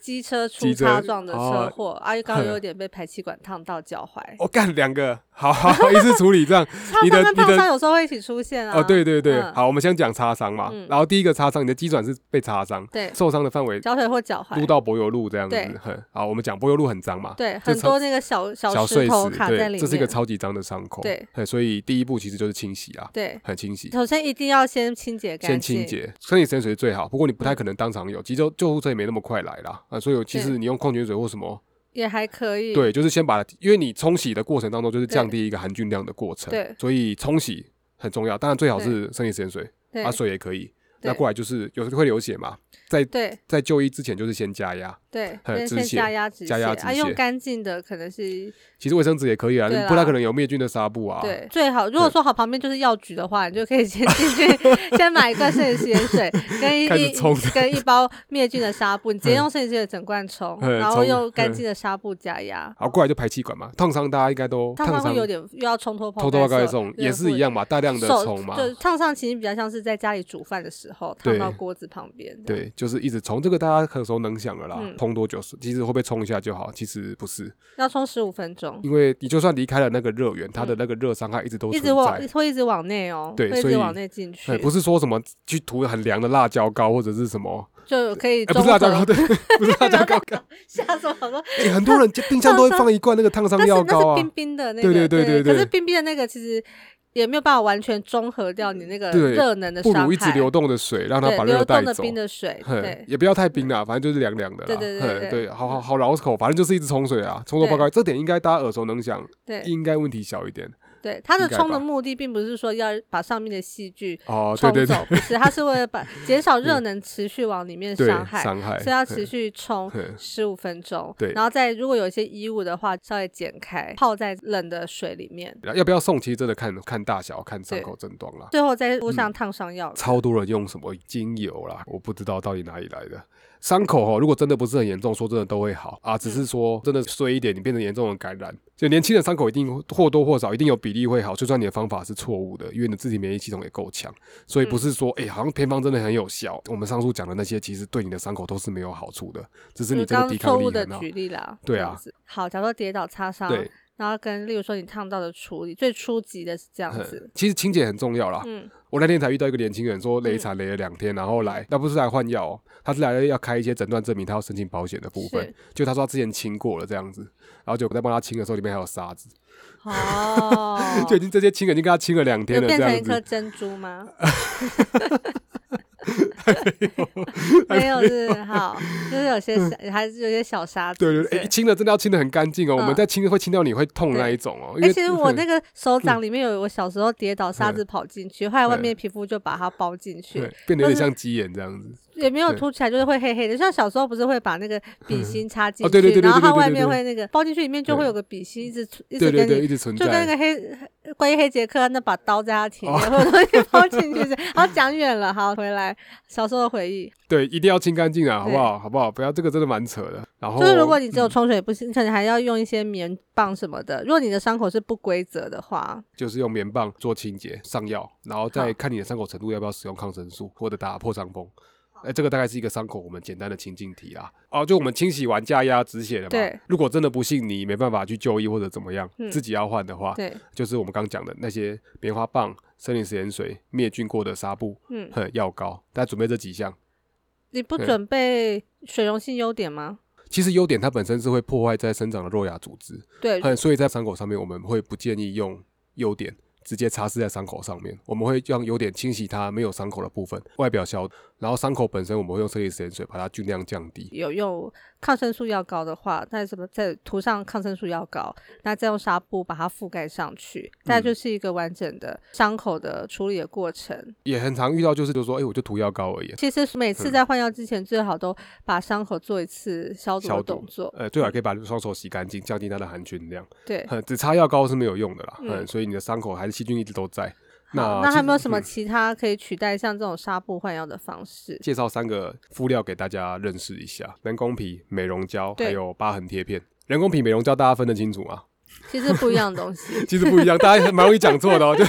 Speaker 1: 机车出
Speaker 2: [LAUGHS] 机车
Speaker 1: 擦撞的车
Speaker 2: 哦
Speaker 1: 祸，啊，又刚好
Speaker 2: 呵
Speaker 1: 有点被排气管烫到脚踝，
Speaker 2: 我哦干两个，好好好一次处理这样
Speaker 1: 擦。
Speaker 2: 你
Speaker 1: 伤
Speaker 2: 的
Speaker 1: 跟烫
Speaker 2: 你
Speaker 1: 伤
Speaker 2: 的
Speaker 1: 有时候会一起出现啊。
Speaker 2: 哦，对对对，
Speaker 1: 嗯
Speaker 2: 好，我们先讲擦伤嘛
Speaker 1: 嗯。
Speaker 2: 然后第一个擦伤，你的肌转是被擦伤，
Speaker 1: 对
Speaker 2: 受伤的范围
Speaker 1: 脚腿或脚
Speaker 2: 撸
Speaker 1: 踝。
Speaker 2: 到柏油路这样子
Speaker 1: 对。
Speaker 2: 很好，我们讲柏油路很脏嘛，
Speaker 1: 对，
Speaker 2: 这
Speaker 1: 很
Speaker 2: 超
Speaker 1: 多那个小小
Speaker 2: 小碎
Speaker 1: 石头
Speaker 2: 石，
Speaker 1: 卡在里面。
Speaker 2: 对，这是一个超级脏的伤口。
Speaker 1: 对
Speaker 2: 嘿，所以第一步其实就是清洗啊，
Speaker 1: 对，
Speaker 2: 很清洗。
Speaker 1: 首先一定要先清洁干
Speaker 2: 先
Speaker 1: 净。
Speaker 2: 清。洁，生理盐水是最好，不过你不太可能当场有，急救救护车也没那么快来啦，啊，所以其实
Speaker 1: 对
Speaker 2: 你用矿泉水或什么
Speaker 1: 也还可以。
Speaker 2: 对，就是先把，因为你冲洗的过程当中就是
Speaker 1: 对
Speaker 2: 降低一个含菌量的过程，
Speaker 1: 对
Speaker 2: 所以冲洗很重要。当然最好是生理盐水，
Speaker 1: 对
Speaker 2: 啊水也可以。那
Speaker 1: 对
Speaker 2: 过来就是有时候会流血嘛，在
Speaker 1: 对
Speaker 2: 在就医之前就是先加压，
Speaker 1: 对，
Speaker 2: 呃
Speaker 1: 先
Speaker 2: 止
Speaker 1: 先
Speaker 2: 血
Speaker 1: 加压止血，
Speaker 2: 加压止
Speaker 1: 啊，用
Speaker 2: 血
Speaker 1: 干净的可能是
Speaker 2: 其实卫生纸也可以啊，你
Speaker 1: 对
Speaker 2: 不
Speaker 1: 啦
Speaker 2: 太可能有灭菌的纱布啊。
Speaker 1: 对最好。如果说好旁边就是药局的话，你就可以先 [LAUGHS] 进去，先买一罐生理食盐水，跟一
Speaker 2: 开始
Speaker 1: 一
Speaker 2: 冲
Speaker 1: 跟一包灭菌的纱布，你直接用生理食盐水整罐冲，
Speaker 2: 嗯
Speaker 1: 然后
Speaker 2: 冲
Speaker 1: 用干
Speaker 2: 嗯
Speaker 1: 净的纱布加压。
Speaker 2: 然后过来就排气管嘛，烫伤大家应该都
Speaker 1: 烫伤会有点又要冲脱泡
Speaker 2: 偷偷
Speaker 1: 盖
Speaker 2: 盖
Speaker 1: 送
Speaker 2: 送也是一样嘛，大量的
Speaker 1: 手
Speaker 2: 冲嘛，
Speaker 1: 就烫伤其实比较像是在家里煮饭的时候烫
Speaker 2: 对
Speaker 1: 到锅子旁边。，
Speaker 2: 对，就是一直冲，这个大家耳熟能详了啦
Speaker 1: 嗯。
Speaker 2: 冲多久是？其实会不会冲一下就好？其实不是，
Speaker 1: 要冲十五分钟，
Speaker 2: 因为你就算离开了那个热源，它的那个热伤害一直都
Speaker 1: 嗯一
Speaker 2: 存
Speaker 1: 直往
Speaker 2: 在。
Speaker 1: 会一直往内哦，
Speaker 2: 对
Speaker 1: 会一
Speaker 2: 所
Speaker 1: 直
Speaker 2: 以
Speaker 1: 往内进去
Speaker 2: 对，，不是说什么去涂很凉的辣椒膏或者是什么，
Speaker 1: 就可以
Speaker 2: 哎、
Speaker 1: 中
Speaker 2: 不是辣椒膏，
Speaker 1: 和。
Speaker 2: 对， [LAUGHS] 不是辣椒膏。
Speaker 1: 吓死我了！
Speaker 2: 哎、很多人家冰箱都会放一罐那个烫伤
Speaker 1: 但是
Speaker 2: 药
Speaker 1: 那
Speaker 2: 膏
Speaker 1: 是
Speaker 2: 啊
Speaker 1: 冰，冰的那个，
Speaker 2: 对对对对对
Speaker 1: 可是冰冰的那个其实也没有办法完全中和掉你那个
Speaker 2: 对
Speaker 1: 热能的
Speaker 2: 不
Speaker 1: 伤害，
Speaker 2: 如一直流动的水，让它
Speaker 1: 对
Speaker 2: 把热
Speaker 1: 流
Speaker 2: 带
Speaker 1: 动的
Speaker 2: 走。
Speaker 1: 冰的水，
Speaker 2: 哼
Speaker 1: 对
Speaker 2: 也不要太冰啦，反正就是凉凉的啦。
Speaker 1: 对对对
Speaker 2: 哼
Speaker 1: 对
Speaker 2: 对，好好好饶口，反正就是一直冲水啊，冲水报告，这点应该大家耳熟能详，
Speaker 1: 对
Speaker 2: 应该问题小一点。
Speaker 1: 对，它的
Speaker 2: 应该
Speaker 1: 冲的
Speaker 2: 吧
Speaker 1: 目的并不是说要把上面的细菌
Speaker 2: 哦，对
Speaker 1: 冲
Speaker 2: 对对嗯
Speaker 1: 走，不
Speaker 2: [LAUGHS]
Speaker 1: 是，它是为了把减少热能持续往里面
Speaker 2: 对，
Speaker 1: 伤害，
Speaker 2: 伤害，
Speaker 1: 所以要
Speaker 2: 哼
Speaker 1: 持续冲
Speaker 2: 哼
Speaker 1: 十五分钟，
Speaker 2: 对
Speaker 1: 然后再如果有一些衣物的话，稍微剪开，泡在冷的水里面，
Speaker 2: 要不要送？其实真的看看大小，看伤口症状啦。
Speaker 1: 最后再敷
Speaker 2: 嗯
Speaker 1: 上烫伤药。
Speaker 2: 超多人用什么精油啦，我不知道到底哪里来的。伤口哦，如果真的不是很严重，说真的都会好啊，
Speaker 1: 嗯
Speaker 2: 只是说真的衰一点，你变成严重的感染。就年轻的伤口一定或多或少一定有比例会好，就算你的方法是错误的，因为你自己免疫系统也够强，所以不
Speaker 1: 嗯
Speaker 2: 是说哎、好像偏方真的很有效。我们上述讲的那些，其实对你的伤口都是没有好处的，只是
Speaker 1: 就
Speaker 2: 你
Speaker 1: 是
Speaker 2: 真
Speaker 1: 刚
Speaker 2: 的
Speaker 1: 刚
Speaker 2: 抵
Speaker 1: 错
Speaker 2: 抗
Speaker 1: 误
Speaker 2: 力
Speaker 1: 的
Speaker 2: 很好
Speaker 1: 举。例啦，
Speaker 2: 对
Speaker 1: 这样
Speaker 2: 啊
Speaker 1: 子。好，假如说跌倒擦伤，
Speaker 2: 对，
Speaker 1: 然后跟例如说你烫到的处理，最初级的是这样
Speaker 2: 嗯
Speaker 1: 子，
Speaker 2: 其实清洁很重要啦。
Speaker 1: 嗯，
Speaker 2: 我那天才遇到一个年轻人，说累惨累了两天，然后来，那不是来换药、哦，他是来要开一些诊断证明，他要申请保险的部分
Speaker 1: 是。
Speaker 2: 就他说他之前清过了这样子，然后就我在帮他清的时候，里面还有沙子，，
Speaker 1: 哦
Speaker 2: [LAUGHS] 就已经这些清了已经跟他清了两天
Speaker 1: 有
Speaker 2: 了这
Speaker 1: 变成一
Speaker 2: 样
Speaker 1: 颗
Speaker 2: 子。
Speaker 1: 珍珠
Speaker 2: [LAUGHS]
Speaker 1: 吗？没有是好，就是有些沙，还是有些小 [LAUGHS] 沙子。
Speaker 2: 对对对，哎、清了真的要清的很干净哦。我
Speaker 1: 嗯
Speaker 2: 们在清会清到你会痛的那一种哦，因
Speaker 1: 哎、
Speaker 2: 为嗯
Speaker 1: 其实我那
Speaker 2: [LAUGHS] 个
Speaker 1: 个手掌里面有我小时候跌倒沙子跑进去，后来外面皮肤就把它包进去，
Speaker 2: 变得有
Speaker 1: 或
Speaker 2: 点
Speaker 1: 是
Speaker 2: 像鸡眼这样子。
Speaker 1: 也没有
Speaker 2: 对
Speaker 1: 凸起来，就是会黑黑的。就像小时候不是会把那个笔芯插进
Speaker 2: 哦对对
Speaker 1: 去，
Speaker 2: 对对
Speaker 1: 然后它
Speaker 2: 对对
Speaker 1: 外
Speaker 2: 对
Speaker 1: 面
Speaker 2: 对
Speaker 1: 会那个包进去，里面就会
Speaker 2: 对
Speaker 1: 有个笔芯一直出一直
Speaker 2: 对对
Speaker 1: 跟
Speaker 2: 对，一
Speaker 1: 你。
Speaker 2: 直存
Speaker 1: 就跟那
Speaker 2: 在。
Speaker 1: 个
Speaker 2: 哦
Speaker 1: 黑关于黑杰克啊那把刀在他体内，或者东
Speaker 2: [LAUGHS]
Speaker 1: 西包进去是。好，讲远了，好回来小时候的回忆。
Speaker 2: 对，一定要清干净啊，好
Speaker 1: 对
Speaker 2: 不好？好不好？不要这个真的蛮扯的。然后
Speaker 1: 就是如果你
Speaker 2: 嗯
Speaker 1: 只有冲水不行，你可能还要用一些棉棒什么的。如果你的伤口是不规则的话，
Speaker 2: 就是用棉棒做清洁、上药，然后
Speaker 1: 好
Speaker 2: 再看你的伤口程度要不要使用抗生素或者打破伤风。哎，这个大概是一个伤口我们简单的情境题啦。哦，就我们清洗完加压止血了嘛。
Speaker 1: 对。
Speaker 2: 如果真的不幸你没办法去就医或者怎么样，
Speaker 1: 嗯
Speaker 2: 自己要换的话，
Speaker 1: 对，
Speaker 2: 就是我们刚讲的那些棉花棒、生理食盐水、灭菌过的纱布、
Speaker 1: 嗯，
Speaker 2: 哼药膏，大家准备这几项。
Speaker 1: 你不
Speaker 2: 对
Speaker 1: 准备水溶性优点吗？
Speaker 2: 其实优点它本身是会破坏在生长的肉芽组织，
Speaker 1: 对，
Speaker 2: 很，所以在伤口上面，我们会不建议用优点直接擦拭在伤口上面，我们会让优点清洗它没有伤口的部分，外表消，然后伤口本身我们会用生理食盐水把它尽量降低。
Speaker 1: 有用抗生素药膏的话，那什么再涂上抗生素药膏，那再用纱布把它覆盖上去，
Speaker 2: 嗯
Speaker 1: 那就是一个完整的伤口的处理的过程。
Speaker 2: 也很常遇到就是就说，哎、我就涂药膏而已，
Speaker 1: 其实每次
Speaker 2: 嗯
Speaker 1: 在换药之前，最好都把伤口做一次消毒
Speaker 2: 消
Speaker 1: 的
Speaker 2: 毒
Speaker 1: 动作。嗯
Speaker 2: 呃，最好可以把双手洗干净，降低它的含菌量。
Speaker 1: 对，
Speaker 2: 嗯，只擦药膏是没有用的啦，
Speaker 1: 嗯
Speaker 2: 嗯，所以你的伤口还是细菌一直都在。
Speaker 1: 好
Speaker 2: 那
Speaker 1: 那
Speaker 2: 其
Speaker 1: 还有没有
Speaker 2: 实
Speaker 1: 什么
Speaker 2: 嗯
Speaker 1: 其他可以取代像这种纱布换药的方式？
Speaker 2: 介绍三个敷料给大家认识一下：人工皮、美容胶，
Speaker 1: 对
Speaker 2: 还有疤痕贴片。人工皮、美容胶大家分得清楚吗？
Speaker 1: 其实不一样的东西。
Speaker 2: 其实不一样，大家蛮容易讲错
Speaker 1: [LAUGHS]
Speaker 2: 的、哦，就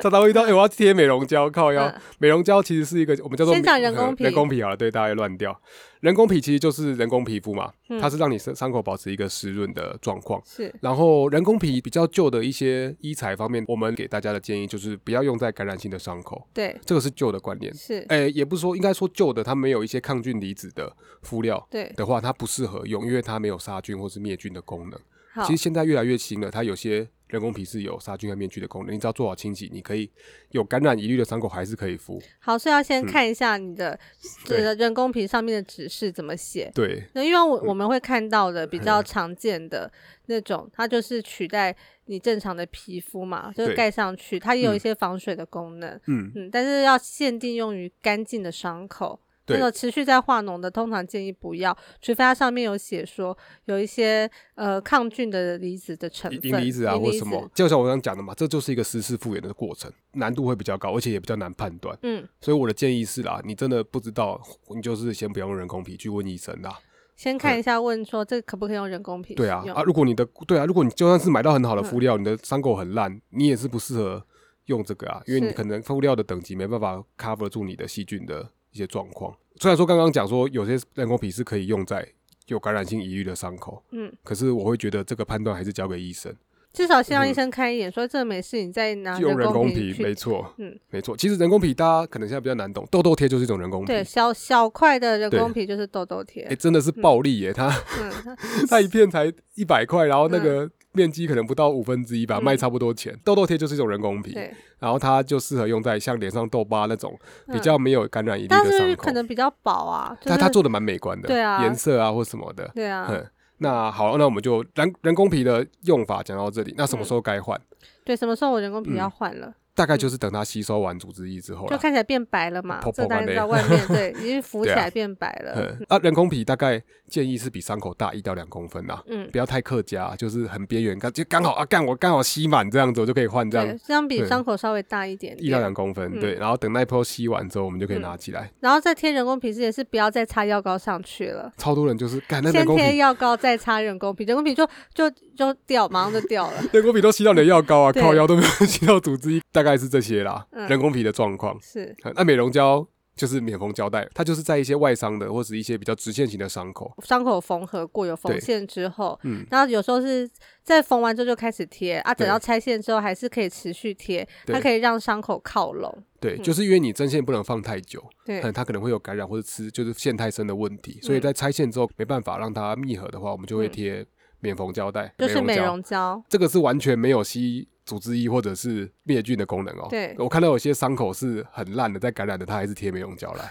Speaker 2: 常常会遇到，哎、我要贴美容胶，靠腰。
Speaker 1: 嗯
Speaker 2: 美容胶其实是一个我们叫做
Speaker 1: 先讲
Speaker 2: 美
Speaker 1: 人工皮
Speaker 2: 呃人工皮好了，对，大家会乱掉。人工皮其实就是人工皮肤嘛，
Speaker 1: 嗯
Speaker 2: 它是让你伤伤口保持一个湿润的状况。
Speaker 1: 是
Speaker 2: 然后人工皮比较旧的一些医材方面，我们给大家的建议就是不要用在感染性的伤口，
Speaker 1: 对，
Speaker 2: 这个是旧的观念。
Speaker 1: 是，
Speaker 2: 诶、也不是说，应该说旧的它没有一些抗菌离子的敷料
Speaker 1: 对，
Speaker 2: 的话，它不适合用，因为它没有杀菌或是灭菌的功能。
Speaker 1: 好
Speaker 2: 其，实现在越来越新了，它有些人工皮是有杀菌和灭菌的功能，你只要做好清洗，你可以有感染疑虑的伤口还是可以敷。
Speaker 1: 好，所以要先看一下你的这
Speaker 2: 嗯对
Speaker 1: 个人工皮上面的指示怎么写。
Speaker 2: 对，
Speaker 1: 那因为
Speaker 2: 嗯
Speaker 1: 我我们会看到的比较常见的那种，它就是取代你正常的皮肤嘛，就是
Speaker 2: 对
Speaker 1: 盖上去，它也有一
Speaker 2: 嗯
Speaker 1: 些防水的功能，
Speaker 2: 嗯，
Speaker 1: 嗯，但是要限定用于干净的伤口。那
Speaker 2: 对
Speaker 1: 种持续在化脓的，通常建议不要，除非它上面有写说有一些呃抗菌的离子的成分，
Speaker 2: 银离子啊
Speaker 1: 银
Speaker 2: 或
Speaker 1: 离
Speaker 2: 什
Speaker 1: 子
Speaker 2: 么，，就像我刚刚讲的嘛，这就是一个实事复原的过程，难度会比较高，而且也比较难判断。
Speaker 1: 嗯，
Speaker 2: 所以我的建议是啦，你真的不知道，你就是先不要用人工皮，去问医生啦。
Speaker 1: 先看一下，问说这可不可以用人工皮？
Speaker 2: 对啊，
Speaker 1: 用
Speaker 2: 啊，如果你的对啊，如果你就算是买到很好
Speaker 1: 嗯
Speaker 2: 的敷料，你的伤口很烂，你也是不适合用这个啊，因为你
Speaker 1: 是
Speaker 2: 可能敷料的等级没办法 cover 住你的细菌的一些状况。虽然说刚刚讲说有些人工皮是可以用在有感染性疑虑的伤口，
Speaker 1: 嗯，
Speaker 2: 可是我会觉得这个判断还是交给医生，
Speaker 1: 至少先让医
Speaker 2: 嗯
Speaker 1: 生看一眼，说这没事，你再拿
Speaker 2: 用人
Speaker 1: 啊工
Speaker 2: 工皮，
Speaker 1: 去
Speaker 2: 没错，
Speaker 1: 嗯，
Speaker 2: 没错。其实人工皮大家可能现在比较难懂，痘痘贴就是一种人工皮，
Speaker 1: 对，小小块的人
Speaker 2: 对
Speaker 1: 工皮就是痘痘贴
Speaker 2: 哎、，真的是暴利耶，它
Speaker 1: 嗯，
Speaker 2: [LAUGHS] 它一片才一百块，然后那个面积可能不到五分之一吧，
Speaker 1: 嗯
Speaker 2: 卖差不多钱。痘痘贴就是一种人工皮，
Speaker 1: 对，
Speaker 2: 然后它就适合用在像脸上痘疤那种
Speaker 1: 嗯
Speaker 2: 比较没有感染疑虑
Speaker 1: 但
Speaker 2: 的伤
Speaker 1: 是
Speaker 2: 口
Speaker 1: 可。能比较薄
Speaker 2: [LAUGHS]
Speaker 1: 啊，就
Speaker 2: 它
Speaker 1: 是
Speaker 2: 它做的蛮美观的，
Speaker 1: 对啊
Speaker 2: 颜色啊或什么的。
Speaker 1: 对啊，
Speaker 2: 嗯，那好，那我们就人人工皮的用法讲到这里。那
Speaker 1: 嗯
Speaker 2: 什么时候该换？
Speaker 1: 对，什么时候我人工皮
Speaker 2: 嗯
Speaker 1: 要换了，
Speaker 2: 大概就是等它吸收完组织液之后
Speaker 1: 就
Speaker 2: 啦。
Speaker 1: 看起来变白了嘛
Speaker 2: 泡，
Speaker 1: 这
Speaker 2: 泡
Speaker 1: 大家
Speaker 2: 嘛
Speaker 1: 知
Speaker 2: 嘞
Speaker 1: 道外面对已经 [LAUGHS] 浮起
Speaker 2: [LAUGHS] 对啊
Speaker 1: 来变白了，
Speaker 2: 嗯，啊，人工皮大概建议是比伤口大一到两公分啦，
Speaker 1: 嗯，
Speaker 2: 不要太客家，就是很边缘，刚就刚好啊，干我刚好吸满这样子，我就可以换这样
Speaker 1: 对，这样比
Speaker 2: 对
Speaker 1: 伤口稍微大一点
Speaker 2: 嗯一到
Speaker 1: 点，
Speaker 2: 两公分，
Speaker 1: 嗯
Speaker 2: 对，然嗯后等那一波吸完之后，我们就可以拿起来。
Speaker 1: 然后再贴人工皮之前是不要再擦药膏上去了。
Speaker 2: 超多人就是干那人
Speaker 1: 先
Speaker 2: 工
Speaker 1: 贴
Speaker 2: [LAUGHS] 皮，
Speaker 1: 药膏，再擦人工皮，人工皮就就就掉，马上就掉
Speaker 2: [LAUGHS]
Speaker 1: 了。
Speaker 2: 人工皮都吸到你的药膏啊，
Speaker 1: 对
Speaker 2: 靠腰都没有吸到组织，大概是这些啦，
Speaker 1: 嗯
Speaker 2: 人工皮的状况。
Speaker 1: 是，
Speaker 2: 啊那美容胶就是免缝胶带，它就是在一些外伤的或者一些比较直线型的伤口，
Speaker 1: 伤口缝合过有缝
Speaker 2: 对
Speaker 1: 线之后，
Speaker 2: 嗯，
Speaker 1: 然后有时候是在缝完之后就开始贴啊，等
Speaker 2: 对
Speaker 1: 到拆线之后还是可以持续贴，它
Speaker 2: 对
Speaker 1: 可以让伤口靠拢。
Speaker 2: 对，就是因为你针线不能放太久，
Speaker 1: 对，
Speaker 2: 嗯，它可能会有感染或者吃就是线太深的问题，所以
Speaker 1: 嗯
Speaker 2: 在拆线之后没办法让它密合的话，我们就会
Speaker 1: 嗯
Speaker 2: 贴免缝胶带，
Speaker 1: 就是美
Speaker 2: 胶
Speaker 1: 容胶，
Speaker 2: 这个是完全没有吸组织液或者是灭菌的功能哦。
Speaker 1: 对
Speaker 2: 我看到有些伤口是很烂的，在感染的，它还是贴美容胶
Speaker 1: [LAUGHS]
Speaker 2: 来，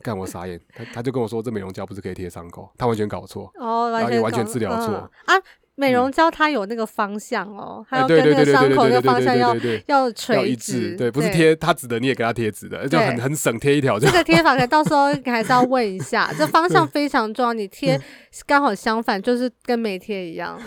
Speaker 2: 干我傻眼。他他就跟我说，这美容胶不是可以贴伤口，他完全搞错。
Speaker 1: 哦，
Speaker 2: 然后
Speaker 1: 全
Speaker 2: 也完全
Speaker 1: 搞
Speaker 2: 治疗错
Speaker 1: 嗯啊。美容胶它有那个方向哦，它
Speaker 2: 哎
Speaker 1: 要
Speaker 2: 对
Speaker 1: 跟
Speaker 2: 对
Speaker 1: 那
Speaker 2: 对
Speaker 1: 个
Speaker 2: 对
Speaker 1: 伤
Speaker 2: 对
Speaker 1: 口
Speaker 2: 对
Speaker 1: 那
Speaker 2: 对
Speaker 1: 个方
Speaker 2: 对
Speaker 1: 向
Speaker 2: 对
Speaker 1: 要
Speaker 2: 对对，
Speaker 1: 要
Speaker 2: 要
Speaker 1: 垂
Speaker 2: 一致
Speaker 1: 直，，
Speaker 2: 对，不是贴他指的，你也给他贴直的，就很
Speaker 1: 对
Speaker 2: 很省，贴一条就
Speaker 1: 这。个贴法，可能到时候还是要问一下，这方向非常重要。你贴刚好相反，就是跟没贴一
Speaker 2: [LAUGHS]
Speaker 1: 样，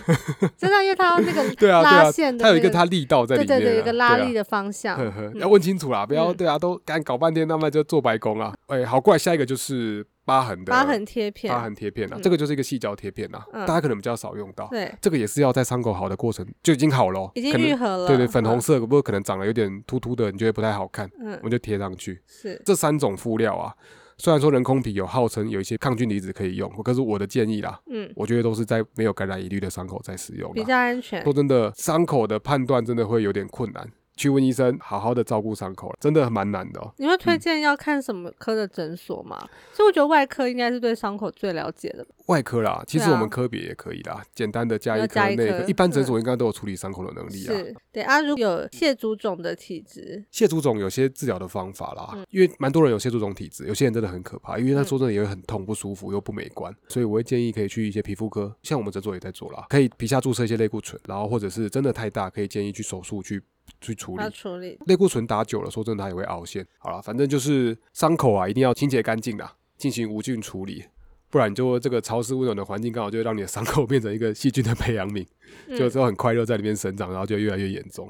Speaker 1: 真的，因为它要那个
Speaker 2: 对啊对
Speaker 1: 拉
Speaker 2: 啊
Speaker 1: 线，的
Speaker 2: 它有一
Speaker 1: 那
Speaker 2: 个它力道在里
Speaker 1: 对
Speaker 2: 面
Speaker 1: 对
Speaker 2: 啊，
Speaker 1: 对，有一个拉
Speaker 2: 对啊
Speaker 1: 力的方向。
Speaker 2: [LAUGHS] 呵呵，要问清楚啦，不
Speaker 1: 嗯
Speaker 2: 要对啊，都干搞半天，那么就做白工啊。哎，好怪，下一个就是疤痕的
Speaker 1: 疤痕贴片，
Speaker 2: 啊疤痕贴片啊
Speaker 1: 嗯，
Speaker 2: 这个就是一个细胶贴片啊，
Speaker 1: 嗯
Speaker 2: 大家可能比较少用到。
Speaker 1: 对，
Speaker 2: 这个也是要在伤口好的过程就已经好了哦，
Speaker 1: 已经
Speaker 2: 可能
Speaker 1: 愈合了。
Speaker 2: 对对，粉红
Speaker 1: 嗯，
Speaker 2: 色，不过可能长得有点突突的，你觉得不太好看，我
Speaker 1: 嗯，
Speaker 2: 们就贴上去。
Speaker 1: 是
Speaker 2: 这三种敷料啊，虽然说人工皮有号称有一些抗菌离子可以用，可是我的建议啦，
Speaker 1: 嗯，
Speaker 2: 我觉得都是在没有感染疑虑的伤口在使用
Speaker 1: 比
Speaker 2: 啦。
Speaker 1: 较安全
Speaker 2: 说。真的，伤口的判断真的会有点困难，去问医生好好的照顾伤口，真的蛮难的、哦。
Speaker 1: 你会推荐要看什么科的诊所吗？所以我觉得外科应该是对伤口最了解的吧。
Speaker 2: 外科啦，其实
Speaker 1: 对啊
Speaker 2: 我们科别也可以啦，简单的加
Speaker 1: 要
Speaker 2: 一
Speaker 1: 加
Speaker 2: 科、
Speaker 1: 一
Speaker 2: 内
Speaker 1: 科
Speaker 2: 科，一般诊
Speaker 1: 嗯
Speaker 2: 所应该都有处理伤口的能力啊。
Speaker 1: 是对啊，如果有蟹足肿的体质，
Speaker 2: 蟹足肿有些治疗的方法啦，
Speaker 1: 嗯
Speaker 2: 因为蛮多人有蟹足肿体质，有些人真的很可怕，因为他说真的也会很痛、不舒服又不美观，所以我会建议可以去一些皮肤科，像我们诊所也在做啦，可以皮下注射一些类固醇，然后或者是真的太大，可以建议去手术去去处理
Speaker 1: 要。处理。
Speaker 2: 类固醇打久了，说真的它也会凹陷。好啦，反正就是伤口啊，一定要清洁干净啦，进行无菌处理。不然就这个潮湿温暖的环境，刚好就会让你的伤口变成一个细菌的培养皿，
Speaker 1: 嗯
Speaker 2: 就之后很快乐在里面生长，然后就越来越严重。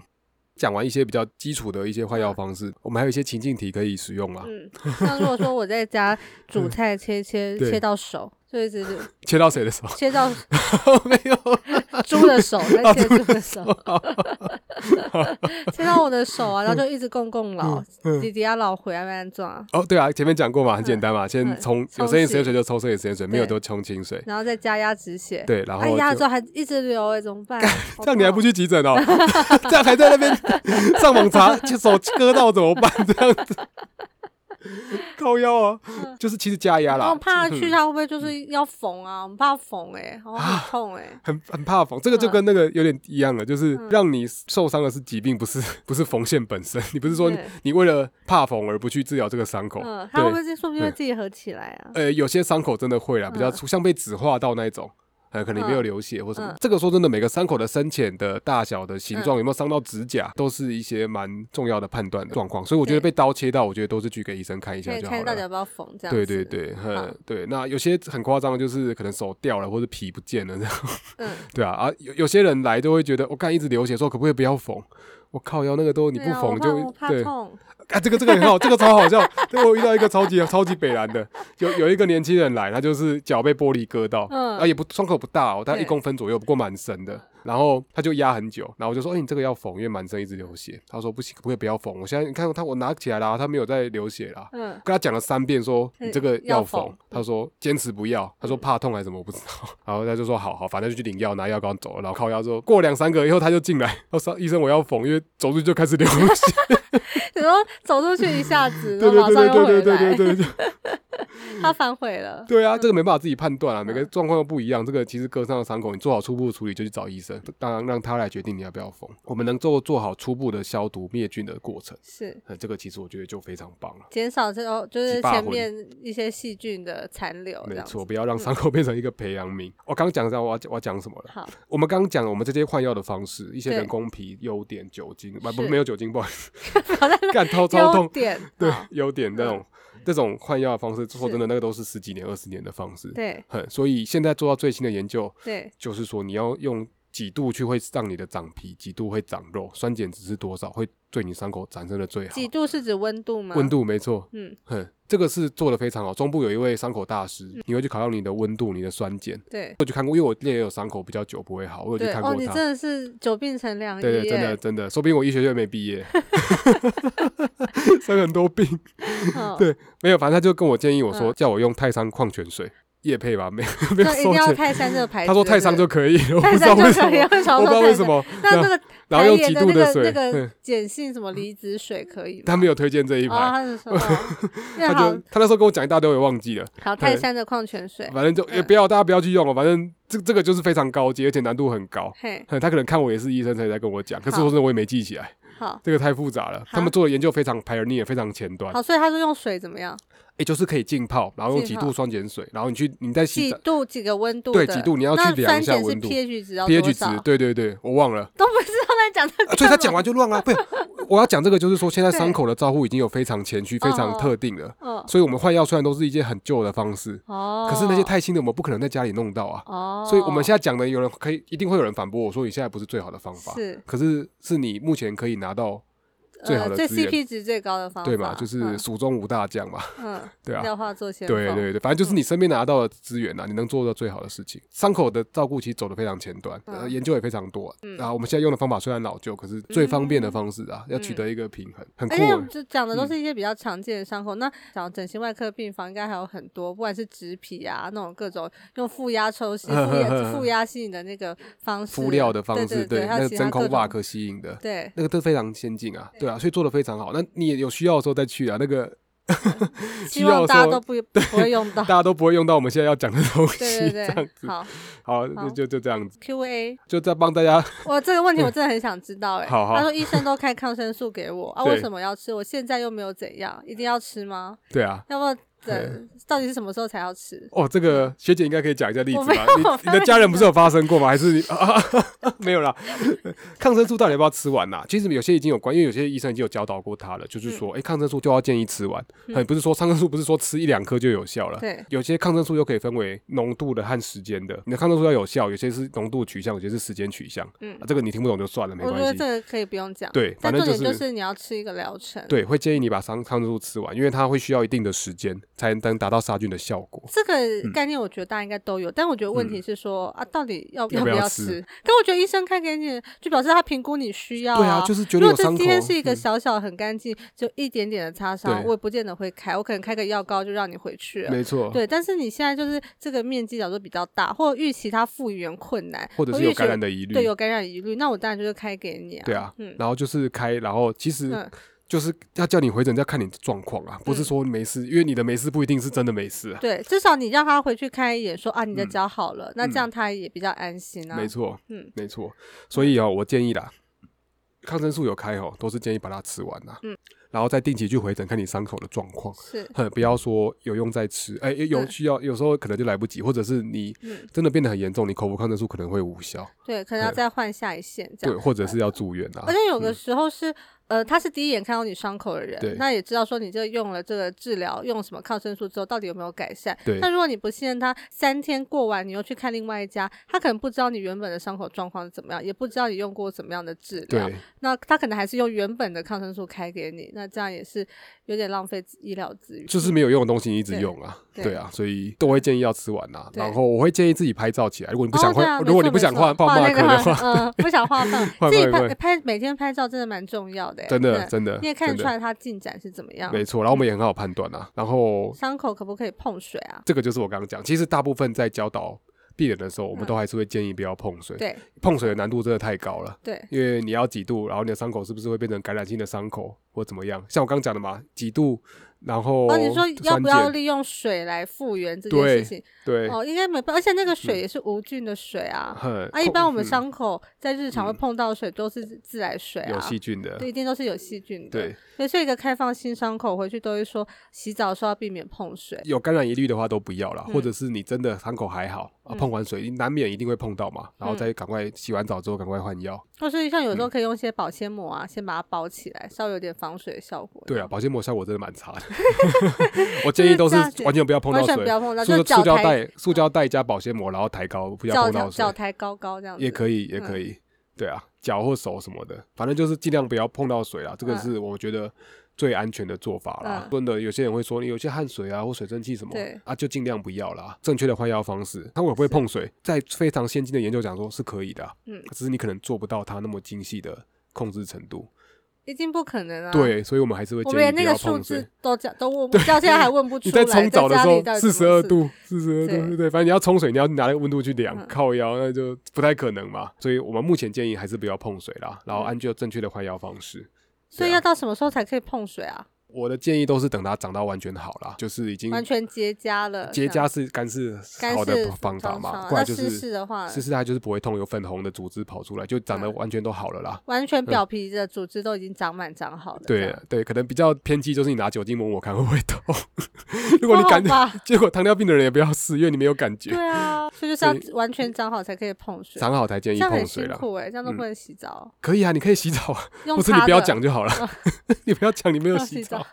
Speaker 2: 讲完一些比较基础的一些换药方式，我们还有一些情境题可以使用啊，
Speaker 1: 嗯，像如果说我在家煮菜切切
Speaker 2: 嗯对
Speaker 1: 切到手，就一直
Speaker 2: [LAUGHS] 切到谁的手？
Speaker 1: 切到
Speaker 2: [LAUGHS] 没有，
Speaker 1: 猪的手，
Speaker 2: 哦
Speaker 1: 在切猪的手，切到我的手啊，然
Speaker 2: 嗯
Speaker 1: 后就一直供供老，弟弟要老回来慢慢抓，
Speaker 2: 哦，对啊，前面讲过嘛，很简单嘛，先
Speaker 1: 嗯
Speaker 2: 冲
Speaker 1: 冲
Speaker 2: 有生理
Speaker 1: 洗
Speaker 2: 食盐水就抽生理食盐水，没有
Speaker 1: 对
Speaker 2: 就冲清水。
Speaker 1: 然后再加压止血，
Speaker 2: 对，然
Speaker 1: 哎
Speaker 2: 后
Speaker 1: 压了
Speaker 2: 就
Speaker 1: 之后还一直流哎，怎么办？好
Speaker 2: 这样你还
Speaker 1: 痛啊
Speaker 2: 不去急诊哦？ [LAUGHS] 这样还在那边 [LAUGHS] 上网查，就手割到怎么办？这样子，靠腰啊， [LAUGHS] 就是其实加压啦
Speaker 1: 我，嗯怕去
Speaker 2: 嗯
Speaker 1: 他会不会就是要缝啊？我们怕缝哎、然后
Speaker 2: 啊
Speaker 1: 很痛哎、
Speaker 2: 很很怕缝，这个
Speaker 1: 嗯
Speaker 2: 就跟那个有点一样了，就是让你受伤的是疾病，不是不是缝线本身。你不是说你
Speaker 1: 对
Speaker 2: 你为了怕缝而不去治疗这个伤口
Speaker 1: 嗯，，他会不
Speaker 2: 对，
Speaker 1: 会说不定会自己合起来啊？
Speaker 2: 呃，有些伤口真的会啦，比较粗，像被纸划到那一种。呃，可能没
Speaker 1: 嗯
Speaker 2: 有流血或什么
Speaker 1: 嗯，
Speaker 2: 这个说真的，每个伤口的深浅的大小的形状有没有伤到指甲，都是一些蛮重要的判断的状况。所以我觉得
Speaker 1: 对
Speaker 2: 被刀切到，我觉得都是去给医生看一
Speaker 1: 可
Speaker 2: 下
Speaker 1: 以
Speaker 2: 就
Speaker 1: 看
Speaker 2: 好
Speaker 1: 到底要
Speaker 2: 了。
Speaker 1: 不要缝这样
Speaker 2: 对
Speaker 1: 子。
Speaker 2: 对对，
Speaker 1: 好
Speaker 2: 嗯，对。那有些很夸张的，就是可能手掉了或者皮不见了这样。
Speaker 1: 嗯，
Speaker 2: [LAUGHS] 对啊，啊，有有些人来都会觉得，我看一直流血，说可不可以不要缝？我靠腰那个都你不
Speaker 1: 对啊
Speaker 2: 缝就
Speaker 1: 我怕我怕痛，
Speaker 2: 啊，这个这个很好，这个超好笑。对我遇到一个超级超级北蓝的，有有一个年轻人来，他就是脚被玻璃割到，
Speaker 1: 嗯
Speaker 2: 啊也不伤口不大哦，大概一
Speaker 1: 对嗯
Speaker 2: 公分左右，不过蛮深的。然后他就压很久，然后我就说：“哎、你这个要缝，因为满身一直流血。”他说：“不行，可不可以不要缝？我现在你看他，我拿起来啦，他没有在流血啦。”
Speaker 1: 嗯，
Speaker 2: 跟他讲了三遍说
Speaker 1: 嗯
Speaker 2: 你这个
Speaker 1: 要
Speaker 2: 要
Speaker 1: 缝嗯
Speaker 2: 缝，他说坚持不要，他说怕痛还是什么我不知道， [LAUGHS] 然后他就说好好，反正就去领药拿药膏走了，然后靠药之后过两三个以后他就进来，他说医生我要缝，因为走出去就开始流血，
Speaker 1: 然后走出去一下
Speaker 2: [LAUGHS]
Speaker 1: 子，
Speaker 2: 对
Speaker 1: 然
Speaker 2: 对
Speaker 1: 后马上
Speaker 2: 对
Speaker 1: 又回
Speaker 2: 对对
Speaker 1: 来，
Speaker 2: 对对对对，
Speaker 1: 他反悔了。
Speaker 2: 对啊，这个没办法自己判断啊，每个状况都不一样，这个其实割伤的伤口你做好初步处理就去找医生，当然让他来决定你要不要缝，我们能做做好初步的消毒灭菌的过程，
Speaker 1: 是
Speaker 2: 呃，这个其实我觉得就非常棒了。
Speaker 1: 减少这哦，就是
Speaker 2: 几把
Speaker 1: 前
Speaker 2: 魂
Speaker 1: 面一些细菌的残留，这
Speaker 2: 没
Speaker 1: 样子
Speaker 2: 错，。不要让伤口变成一个培养皿。我刚讲到我要讲我要讲什么了？
Speaker 1: 好， [LAUGHS]
Speaker 2: 我们刚刚讲了我们这些换药的方式，一些
Speaker 1: 对
Speaker 2: 人工皮、优点、酒精，不不
Speaker 1: 是
Speaker 2: 没有酒精，不好意思，
Speaker 1: 好
Speaker 2: [LAUGHS]
Speaker 1: 在
Speaker 2: 干超超
Speaker 1: 优 [LAUGHS]
Speaker 2: 痛。
Speaker 1: 点
Speaker 2: 对
Speaker 1: 好，
Speaker 2: 优点那种这种换药的方式，说
Speaker 1: 是
Speaker 2: 真的，那个都是十几年、二十年的方式。
Speaker 1: 对
Speaker 2: 哼，所以现在做到最新的研究，
Speaker 1: 对
Speaker 2: 就是说你要用几度去会让你的长皮，几度会长肉，酸碱值是多少，会对你伤口产生的最好。
Speaker 1: 几度是指温度吗？
Speaker 2: 温，度没错，
Speaker 1: 嗯，
Speaker 2: 哼，这个是做的非常好。中部有一位伤口大师，你会去考量你的温度、你的酸碱。
Speaker 1: 对，
Speaker 2: 我去看过，因为我也有伤口比较久不会好，我有去
Speaker 1: 对，
Speaker 2: 看
Speaker 1: 哦，
Speaker 2: 过
Speaker 1: 你
Speaker 2: 他。
Speaker 1: 真的是久病成良医
Speaker 2: 对对，真的
Speaker 1: 耶，
Speaker 2: 真的，说不定我医学院没毕业， [LAUGHS] 生很多病。
Speaker 1: 嗯
Speaker 2: 对，没有，反正他就跟我建议我说，
Speaker 1: 嗯
Speaker 2: 叫我用泰山矿泉水，叶配吧，没有没有
Speaker 1: 就一定
Speaker 2: 收
Speaker 1: 要
Speaker 2: 钱。
Speaker 1: 泰山这个牌子。
Speaker 2: 他说泰
Speaker 1: 对
Speaker 2: 山
Speaker 1: 不对
Speaker 2: 就可以，我不
Speaker 1: 泰
Speaker 2: 知
Speaker 1: 山
Speaker 2: 道为
Speaker 1: 就
Speaker 2: 什
Speaker 1: 可以，
Speaker 2: 么，
Speaker 1: 为什么
Speaker 2: 我不知道
Speaker 1: 说
Speaker 2: 为
Speaker 1: 泰
Speaker 2: 什
Speaker 1: 山？
Speaker 2: 么。
Speaker 1: 那那个
Speaker 2: 然后
Speaker 1: 台
Speaker 2: 用
Speaker 1: 盐
Speaker 2: 极
Speaker 1: 的
Speaker 2: 度
Speaker 1: 那
Speaker 2: 的
Speaker 1: 个那
Speaker 2: 水，
Speaker 1: 个
Speaker 2: 嗯
Speaker 1: 碱性什么离子水可以吗？
Speaker 2: 他没有推荐这一
Speaker 1: 哦，
Speaker 2: 排，
Speaker 1: 他
Speaker 2: [LAUGHS]
Speaker 1: 是说，哦那
Speaker 2: 他
Speaker 1: 好
Speaker 2: 就他那时候跟我讲一大堆，我也忘记了。
Speaker 1: 好泰山的矿泉水，
Speaker 2: 反正就也
Speaker 1: 嗯
Speaker 2: 不要大家不要去用了，反正这这个就是非常高级，而且难度很高。
Speaker 1: 嘿，
Speaker 2: 嗯他可能看我也是医生，所以才跟我讲。可是
Speaker 1: 好
Speaker 2: 说真的，我也没记起来，
Speaker 1: 好
Speaker 2: 这个太复杂了。他们做的研究非常 pioneer，非常前端，
Speaker 1: 好，所以他说用水怎么样？
Speaker 2: 也就是可以浸泡，然后用
Speaker 1: 浸
Speaker 2: 几
Speaker 1: 泡
Speaker 2: 度酸碱水，然后你去你在洗
Speaker 1: 几
Speaker 2: 澡
Speaker 1: 度几个温度的？
Speaker 2: 对几度你要去
Speaker 1: 那
Speaker 2: 量一下
Speaker 1: 酸碱
Speaker 2: 温度
Speaker 1: 是 pH 值要多
Speaker 2: pH
Speaker 1: 少
Speaker 2: 值，对对对，我忘了。
Speaker 1: 都不知道在讲这
Speaker 2: 啊
Speaker 1: 个。
Speaker 2: 所以他讲完就乱了，不是？我要讲这个就是说，现在
Speaker 1: 对
Speaker 2: 伤口的照护已经有非常前驱、非
Speaker 1: 哦
Speaker 2: 常特定了，
Speaker 1: 嗯，
Speaker 2: 所以我们换药虽然都是一件很旧的方式，
Speaker 1: 哦，
Speaker 2: 可是那些太新的我们不可能在家里弄到啊。
Speaker 1: 哦，
Speaker 2: 所以我们现在讲的，有人可以一定会有人反驳我说，你现在不是最好的方法，
Speaker 1: 是
Speaker 2: 可是是你目前可以拿到最好
Speaker 1: 呃
Speaker 2: 的
Speaker 1: 最
Speaker 2: 资源，
Speaker 1: CP 值最高的方法，
Speaker 2: 对嘛？就是蜀中无大将嘛，
Speaker 1: 嗯，
Speaker 2: [LAUGHS] 对啊
Speaker 1: 嗯，廖化作先锋
Speaker 2: 对对对，反正就是
Speaker 1: 嗯
Speaker 2: 你身边拿到的资源啊，你能做到最好的事情。伤口的照顾其实走得非常前端，呃，
Speaker 1: 嗯
Speaker 2: 研究也非常多啊
Speaker 1: 嗯
Speaker 2: 啊。我们现在用的方法虽然老旧，可是最方便的方式啊，
Speaker 1: 嗯
Speaker 2: 要取得一个平衡，很酷
Speaker 1: 而且
Speaker 2: 欸。
Speaker 1: 就讲的都是一些比较常见的伤口，那讲整形外科病房应该还有很多，不管是植皮啊那种各种用负压抽吸、负压负压吸引的那个方式、
Speaker 2: 敷料的方
Speaker 1: 对
Speaker 2: 式，
Speaker 1: 对，还有
Speaker 2: 那个
Speaker 1: 其他
Speaker 2: 真
Speaker 1: 各
Speaker 2: 空
Speaker 1: 种
Speaker 2: VAC 吸引的，
Speaker 1: 对，
Speaker 2: 那个都非常先进啊，对啊，所以做的非常好。那你也有需要的时候再去啊，那个
Speaker 1: 希
Speaker 2: 需要
Speaker 1: 望
Speaker 2: 的时
Speaker 1: 大家都
Speaker 2: 候
Speaker 1: 不不会用到
Speaker 2: 大。家都不会用到我们现在要讲的东西，
Speaker 1: 对对
Speaker 2: 这样
Speaker 1: 对，
Speaker 2: 子。
Speaker 1: 好
Speaker 2: 好，
Speaker 1: 好
Speaker 2: 就就就这样子，
Speaker 1: ，Q&A，
Speaker 2: 就再帮大家， [LAUGHS]
Speaker 1: 我这个问题我真的很想知道哎、
Speaker 2: 好好
Speaker 1: 他说医生都开抗生素给我啊，
Speaker 2: 对
Speaker 1: 为什么要吃？我现在又没有怎样，一定要吃吗？
Speaker 2: 对啊。
Speaker 1: 要不要等？到底是什么时候才要吃？
Speaker 2: 哦，这个学姐应该可以讲一下例子
Speaker 1: 我没
Speaker 2: 吧
Speaker 1: 有？
Speaker 2: 你
Speaker 1: 我
Speaker 2: 你的
Speaker 1: 没
Speaker 2: 家人
Speaker 1: 有
Speaker 2: 不是有发生过吗？还是
Speaker 1: [LAUGHS]
Speaker 2: 你 [LAUGHS] 啊没有啦？抗生素到底要不要吃完呐、其实有些已经有关，因为有些医生已经有教导过他了，就是说，哎、抗生素就要建议吃完，很、不是说抗生素不是说吃一两颗就有效了。
Speaker 1: 嗯对
Speaker 2: 有些抗生素又可以分为浓度的和时间的。你的抗生素要有效，有些是浓度取向，有些是时间取向。
Speaker 1: 嗯
Speaker 2: 啊这个你听不懂就算了，没
Speaker 1: 我觉
Speaker 2: 关
Speaker 1: 得
Speaker 2: 系
Speaker 1: 这。个可以不用讲。
Speaker 2: 对
Speaker 1: 但
Speaker 2: 反正
Speaker 1: 重点
Speaker 2: 就
Speaker 1: 就是是你要吃一个疗程。，
Speaker 2: 对，会建议你把抗抗生素吃完，因为它会需要一定的时间才能达到杀菌的效果。
Speaker 1: 这
Speaker 2: 嗯
Speaker 1: 个概念我觉得大家应该都有，但我觉得问题是说、啊，到底要
Speaker 2: 要
Speaker 1: 不
Speaker 2: 不要
Speaker 1: 要
Speaker 2: 吃
Speaker 1: 吃？可我觉得医生开给你，就表示他评估你需要、
Speaker 2: 对啊，就是觉
Speaker 1: 如果
Speaker 2: 得有
Speaker 1: 这
Speaker 2: 伤口。
Speaker 1: 今天是一个
Speaker 2: 嗯
Speaker 1: 小小很干净，就一点点的擦伤，
Speaker 2: 对
Speaker 1: 我也不见得会开，我可能开个药膏就让你回去了。
Speaker 2: 没错，
Speaker 1: 对，但是你现在就是这个面积角度比较大，或者预期它复原困难，
Speaker 2: 或者是
Speaker 1: 预
Speaker 2: 有
Speaker 1: 期
Speaker 2: 感染的疑虑。
Speaker 1: 对有感染疑虑，那我当然就是开给你啊。
Speaker 2: 对啊，
Speaker 1: 嗯
Speaker 2: 然后就是开，然后其实
Speaker 1: 嗯
Speaker 2: 就是要叫你回诊，要看你的状况啊，不是说没事，因为你的没事不一定是真的没事啊。
Speaker 1: 对，至少你让他回去看一眼，说啊你的脚好了，那这样他也比较安心啊。
Speaker 2: 嗯没错，
Speaker 1: 嗯
Speaker 2: 没错。所以哦，我建议啦，抗生素有开哦，都是建议把它吃完呐、
Speaker 1: 嗯
Speaker 2: 然后再定期去回诊看你伤口的状况。
Speaker 1: 是，
Speaker 2: 哼，不要说有用再吃，哎、有
Speaker 1: 嗯
Speaker 2: 需要，有时候可能就来不及，或者是你
Speaker 1: 嗯
Speaker 2: 真的变得很严重，你口服抗生素可能会无效，
Speaker 1: 对，可能要
Speaker 2: 对
Speaker 1: 再换下一线这
Speaker 2: 对，
Speaker 1: 样。嗯
Speaker 2: 或者是要住院啊
Speaker 1: 而。且有的时候是，呃，他是第一眼看到你伤口的
Speaker 2: 对
Speaker 1: 人，那也知道说你这用了这个治疗，用什么抗生素之后到底有没有改善。
Speaker 2: 对
Speaker 1: 那如果你不信任他，三天过完你又去看另外一家，他可能不知道你原本的伤口状况是怎么样，也不知道你用过怎么样的治疗
Speaker 2: 对，，
Speaker 1: 那他可能还是用原本的抗生素开给你，那这样也是有点浪费医疗资源。
Speaker 2: 就是没有用的东西，你一直
Speaker 1: 对
Speaker 2: 用啊，
Speaker 1: 对
Speaker 2: 对啊，所以都会建议要吃完啦、
Speaker 1: 对
Speaker 2: 然后我会建议自己拍照起来，如果你不
Speaker 1: 哦
Speaker 2: 想
Speaker 1: 对
Speaker 2: 换，
Speaker 1: 啊没
Speaker 2: 如
Speaker 1: 错
Speaker 2: 果你不
Speaker 1: 没
Speaker 2: 想
Speaker 1: 错
Speaker 2: 换
Speaker 1: 画
Speaker 2: 马
Speaker 1: 那个
Speaker 2: 克的
Speaker 1: 画
Speaker 2: 话，
Speaker 1: 嗯，不想画棒
Speaker 2: [LAUGHS] ，画
Speaker 1: 自己
Speaker 2: 漫
Speaker 1: 拍
Speaker 2: 画
Speaker 1: 拍每天拍照真的蛮重要的欸，
Speaker 2: [LAUGHS] 真的
Speaker 1: 嗯
Speaker 2: 真的，
Speaker 1: 你也看啊
Speaker 2: 真
Speaker 1: 得
Speaker 2: 的
Speaker 1: 出来它进展是怎么样，
Speaker 2: 没错。然后我们也很好判断啊。然后
Speaker 1: 伤口可不可以碰水啊？
Speaker 2: 这个就是我刚刚讲，其实大部分在教导病人的时候，我们
Speaker 1: 嗯
Speaker 2: 都还是会建议不要碰水，
Speaker 1: 对
Speaker 2: 碰水的难度真的太高了。
Speaker 1: 对，
Speaker 2: 因为你要几度，然后你的伤口是不是会变成感染性的伤口或怎么样？像我刚讲的嘛，几度，然后
Speaker 1: 哦，你说要
Speaker 2: 酸
Speaker 1: 不要
Speaker 2: 碱
Speaker 1: 利用水来复原这件
Speaker 2: 对
Speaker 1: 事情？
Speaker 2: 对，嗯
Speaker 1: 哦，应该没办法，而且那个水也是无菌的水啊。
Speaker 2: 很
Speaker 1: 啊，一般我们
Speaker 2: 嗯
Speaker 1: 伤口在日常会碰到的水都是自来水啊，
Speaker 2: 有细菌的，
Speaker 1: 对一定都是有细菌的。
Speaker 2: 对，
Speaker 1: 所以是一个开放性伤口，回去都会说洗澡的时候要避免碰水。
Speaker 2: 有感染疑虑的话都不要啦，
Speaker 1: 嗯
Speaker 2: 或者是你真的伤口还好啊，
Speaker 1: 嗯
Speaker 2: 碰完水难免一定会碰到嘛，然
Speaker 1: 嗯
Speaker 2: 后再赶快洗完澡之后赶快换药。
Speaker 1: 或是像有
Speaker 2: 嗯
Speaker 1: 时候哦可以用一些保鲜膜啊，先把它包起来，稍微有点防水的效果。
Speaker 2: 对啊，
Speaker 1: 这样，
Speaker 2: 保鲜膜效果真的蛮
Speaker 1: [LAUGHS]
Speaker 2: 差的，我建议都是
Speaker 1: 就是这样
Speaker 2: 完全不要碰到
Speaker 1: 完全
Speaker 2: 水
Speaker 1: 不，要碰到，就嗯
Speaker 2: 塑
Speaker 1: 是
Speaker 2: 塑
Speaker 1: 脚
Speaker 2: 胶
Speaker 1: 抬
Speaker 2: 袋、塑胶袋加保鲜膜，然后抬高，不要
Speaker 1: 脚
Speaker 2: 碰到
Speaker 1: 抬
Speaker 2: 水
Speaker 1: 脚抬高高这样子
Speaker 2: 也可以，也
Speaker 1: 嗯
Speaker 2: 可以。对啊，脚或手什么的，反正就是尽量不要碰到水啦。这个
Speaker 1: 嗯
Speaker 2: 是我觉得最安全的做法啦。
Speaker 1: 嗯
Speaker 2: 真的，有些人会说你有些汗水啊或水蒸气什么
Speaker 1: 对
Speaker 2: 啊，就尽量不要啦。正确的换药方式，它会不会碰水，在非常先进的研究讲说是可以的啊、
Speaker 1: 嗯
Speaker 2: 只是你可能做不到它那么精细的控制程度。
Speaker 1: 一定不可能啊！，
Speaker 2: 对，所以我们还是会
Speaker 1: 我
Speaker 2: 建
Speaker 1: 们连
Speaker 2: 议不
Speaker 1: 那个
Speaker 2: 要
Speaker 1: 数
Speaker 2: 碰水
Speaker 1: 字。都讲都
Speaker 2: [LAUGHS]
Speaker 1: 问不，到现在还问不出
Speaker 2: 你
Speaker 1: 来。
Speaker 2: 在冲澡的时
Speaker 1: 家里
Speaker 2: 候
Speaker 1: 到，底
Speaker 2: 四
Speaker 1: 怎
Speaker 2: 十
Speaker 1: 么
Speaker 2: 二
Speaker 1: 事，
Speaker 2: 度，四十二度，
Speaker 1: 对
Speaker 2: 对，反正你要冲水，你要拿那个温度去量，
Speaker 1: 嗯
Speaker 2: 靠腰那就不太可能嘛。所以我们目前建议还是不要碰水啦，然后
Speaker 1: 嗯
Speaker 2: 按照正确的换药方式。
Speaker 1: 所以
Speaker 2: 对啊
Speaker 1: 要到什么时候才可以碰水啊？
Speaker 2: 我的建议都是等它长到完全好啦，就是已经
Speaker 1: 完全结痂了，
Speaker 2: 结
Speaker 1: 这样
Speaker 2: 痂是干是
Speaker 1: 干
Speaker 2: 好
Speaker 1: 是
Speaker 2: 的方法
Speaker 1: 常
Speaker 2: 嘛，
Speaker 1: 常
Speaker 2: 不
Speaker 1: 那
Speaker 2: 然就
Speaker 1: 湿
Speaker 2: 是
Speaker 1: 式的话
Speaker 2: 湿式它就是不会痛，有粉红的组织跑出来，就长得
Speaker 1: 嗯
Speaker 2: 完全都好了啦。
Speaker 1: 完全表皮的组织都已经长满长好了。这
Speaker 2: 嗯对
Speaker 1: 样，
Speaker 2: 对，可能比较偏激，就是你拿酒精抹抹看会不会
Speaker 1: [LAUGHS]
Speaker 2: 痛。如果你
Speaker 1: 不好
Speaker 2: 感
Speaker 1: 吧
Speaker 2: [LAUGHS] 结果糖尿病的人也不要试，因为你没有感觉。
Speaker 1: 对啊，所以就是
Speaker 2: 所
Speaker 1: 要完全长好才可以碰水，
Speaker 2: 长好才建
Speaker 1: 这
Speaker 2: 议
Speaker 1: 样
Speaker 2: 碰
Speaker 1: 很
Speaker 2: 水
Speaker 1: 辛
Speaker 2: 啦。
Speaker 1: 苦哎、这样都
Speaker 2: 嗯
Speaker 1: 不能洗
Speaker 2: [LAUGHS]
Speaker 1: 澡，
Speaker 2: 可以啊，你可以洗澡啊，
Speaker 1: 用
Speaker 2: 或是你
Speaker 1: 擦
Speaker 2: 不要
Speaker 1: 的
Speaker 2: 讲就好了。 [LAUGHS] 你不要讲你没有
Speaker 1: 不要
Speaker 2: 洗
Speaker 1: 洗
Speaker 2: 澡
Speaker 1: 澡，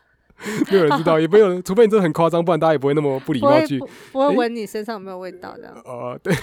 Speaker 2: [LAUGHS] 没有人知道，也没有人，除非你真的很夸张，不然大家也不会那么不礼
Speaker 1: 不
Speaker 2: 貌
Speaker 1: 会
Speaker 2: 去
Speaker 1: 不。不会
Speaker 2: 诶
Speaker 1: 闻你身上有没有味道这样，
Speaker 2: 呃， [LAUGHS] 对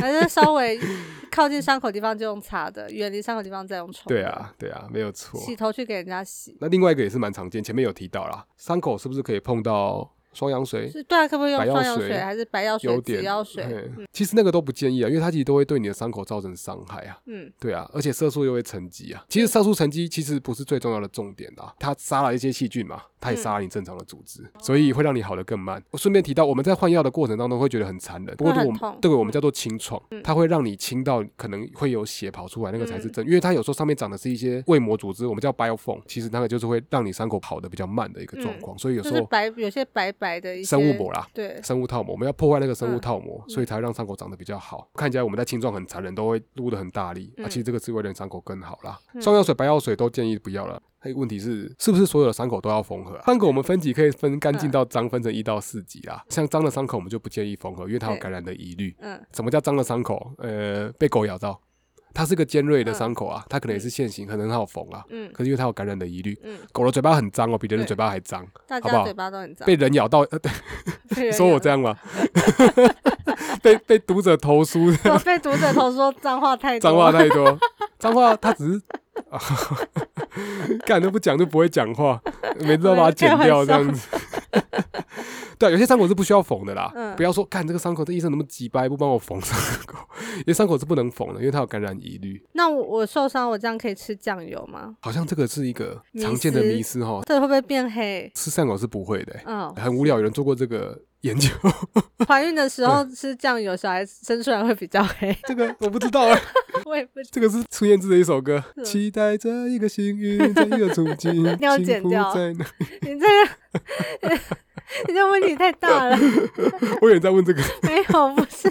Speaker 1: 还是稍微 [LAUGHS] 靠近伤口地方就用擦的，远离伤口地方再用冲。
Speaker 2: 对，啊，对啊，没有错。
Speaker 1: 洗头去给人家洗，
Speaker 2: 那另外一个也是蛮常见，前面有提到啦，伤口是不是可以碰到双氧水？
Speaker 1: 是对啊，可不可以用
Speaker 2: 白药
Speaker 1: 双氧水
Speaker 2: 水
Speaker 1: 还是白药水、
Speaker 2: 有
Speaker 1: 紫
Speaker 2: 点
Speaker 1: 药水？
Speaker 2: 嘿其实那个都不建议啊，因为它其实都会对你的伤口造成伤害啊。
Speaker 1: 嗯，
Speaker 2: 对啊，而且色素又会沉积啊。其实色素沉积其实不是最重要的重点啦，它杀了一些细菌嘛，它也杀了你正常的组
Speaker 1: 嗯
Speaker 2: 织，所以会让你好的更慢。我顺便提到，我们在换药的过程当中会觉得很残忍，不过对我
Speaker 1: 会很痛嗯
Speaker 2: 们对我们叫做清创，它会让你清到可能会有血跑出来，那个
Speaker 1: 嗯
Speaker 2: 才是真，因为它有时候上面长的是一些胃膜组织，我们叫 biofilm，其实那个就是会让你伤口好的比较慢的一个状况，所以
Speaker 1: 嗯
Speaker 2: 有
Speaker 1: 就
Speaker 2: 时
Speaker 1: 是
Speaker 2: 候
Speaker 1: 白有些白白的一些
Speaker 2: 生物膜啦。
Speaker 1: 对，
Speaker 2: 生物套膜，我们要破坏那个生
Speaker 1: 嗯
Speaker 2: 物套膜，所以才会让伤口长得比较好。看起来我们在青壮很残忍，都会撸得很大力，
Speaker 1: 嗯
Speaker 2: 啊，其实这个是为了让伤口更好啦。双、氧水、白药水都建议不要了。还有问题是，是不是所有的伤口都要缝
Speaker 1: 嗯
Speaker 2: 合、啊？伤口我们分级可以分干净到脏，分成一到四级啦。像脏的伤口我们就不建议缝合，因为它有
Speaker 1: 对
Speaker 2: 感染的疑虑。
Speaker 1: 嗯
Speaker 2: 什么叫脏的伤口？呃，被狗咬到，它是个尖锐的伤口啊，它可能也是现行，可能很好缝啊。
Speaker 1: 嗯
Speaker 2: 可是因为它有感染的疑虑，
Speaker 1: 嗯，
Speaker 2: 狗的嘴巴很脏哦，比人的
Speaker 1: 对
Speaker 2: 嘴巴还脏，
Speaker 1: 大
Speaker 2: 好不
Speaker 1: 家
Speaker 2: 好
Speaker 1: 嘴巴都很脏
Speaker 2: 被，人咬到，呃，对，
Speaker 1: 被人
Speaker 2: 说我
Speaker 1: 咬
Speaker 2: 这样吗？ [LAUGHS] 被被读者
Speaker 1: [LAUGHS]
Speaker 2: 投诉
Speaker 1: 我被读者投说脏话太多，
Speaker 2: 脏话太多，脏话他只是。 [LAUGHS] 啊干都不讲就不会讲话，每次都把它剪掉这样子。 [LAUGHS] 对，有些伤口是不需要缝的啦，
Speaker 1: 嗯
Speaker 2: 不要说干这个伤口，这医生怎么几掰不帮我缝伤口？ [LAUGHS] 因为伤口是不能缝的，因为它有感染疑虑。
Speaker 1: 那我我受伤，我这样可以吃酱油吗？
Speaker 2: 好像这个是一个
Speaker 1: 迷
Speaker 2: 常见的
Speaker 1: 思
Speaker 2: 迷思哈，
Speaker 1: 这会不会变黑？
Speaker 2: 吃伤口是不会的、欸 [LAUGHS]
Speaker 1: 嗯，
Speaker 2: 很无聊。有人做过这个研究， [LAUGHS]
Speaker 1: 怀孕的时候吃酱油，小孩生出来会比较
Speaker 2: [LAUGHS]
Speaker 1: 黑。
Speaker 2: 这个我不知道啊。
Speaker 1: 我也不知
Speaker 2: 这个是孙燕姿的一首歌，
Speaker 1: 是
Speaker 2: 期待着一个幸运，这一个处
Speaker 1: [LAUGHS]
Speaker 2: 境，
Speaker 1: 定要剪
Speaker 2: 幸福
Speaker 1: 掉
Speaker 2: 在哪？ [LAUGHS]
Speaker 1: 你这个， [LAUGHS] 你这问题太大
Speaker 2: [LAUGHS]
Speaker 1: 了。
Speaker 2: 我有人在问这个。
Speaker 1: 没有，不是，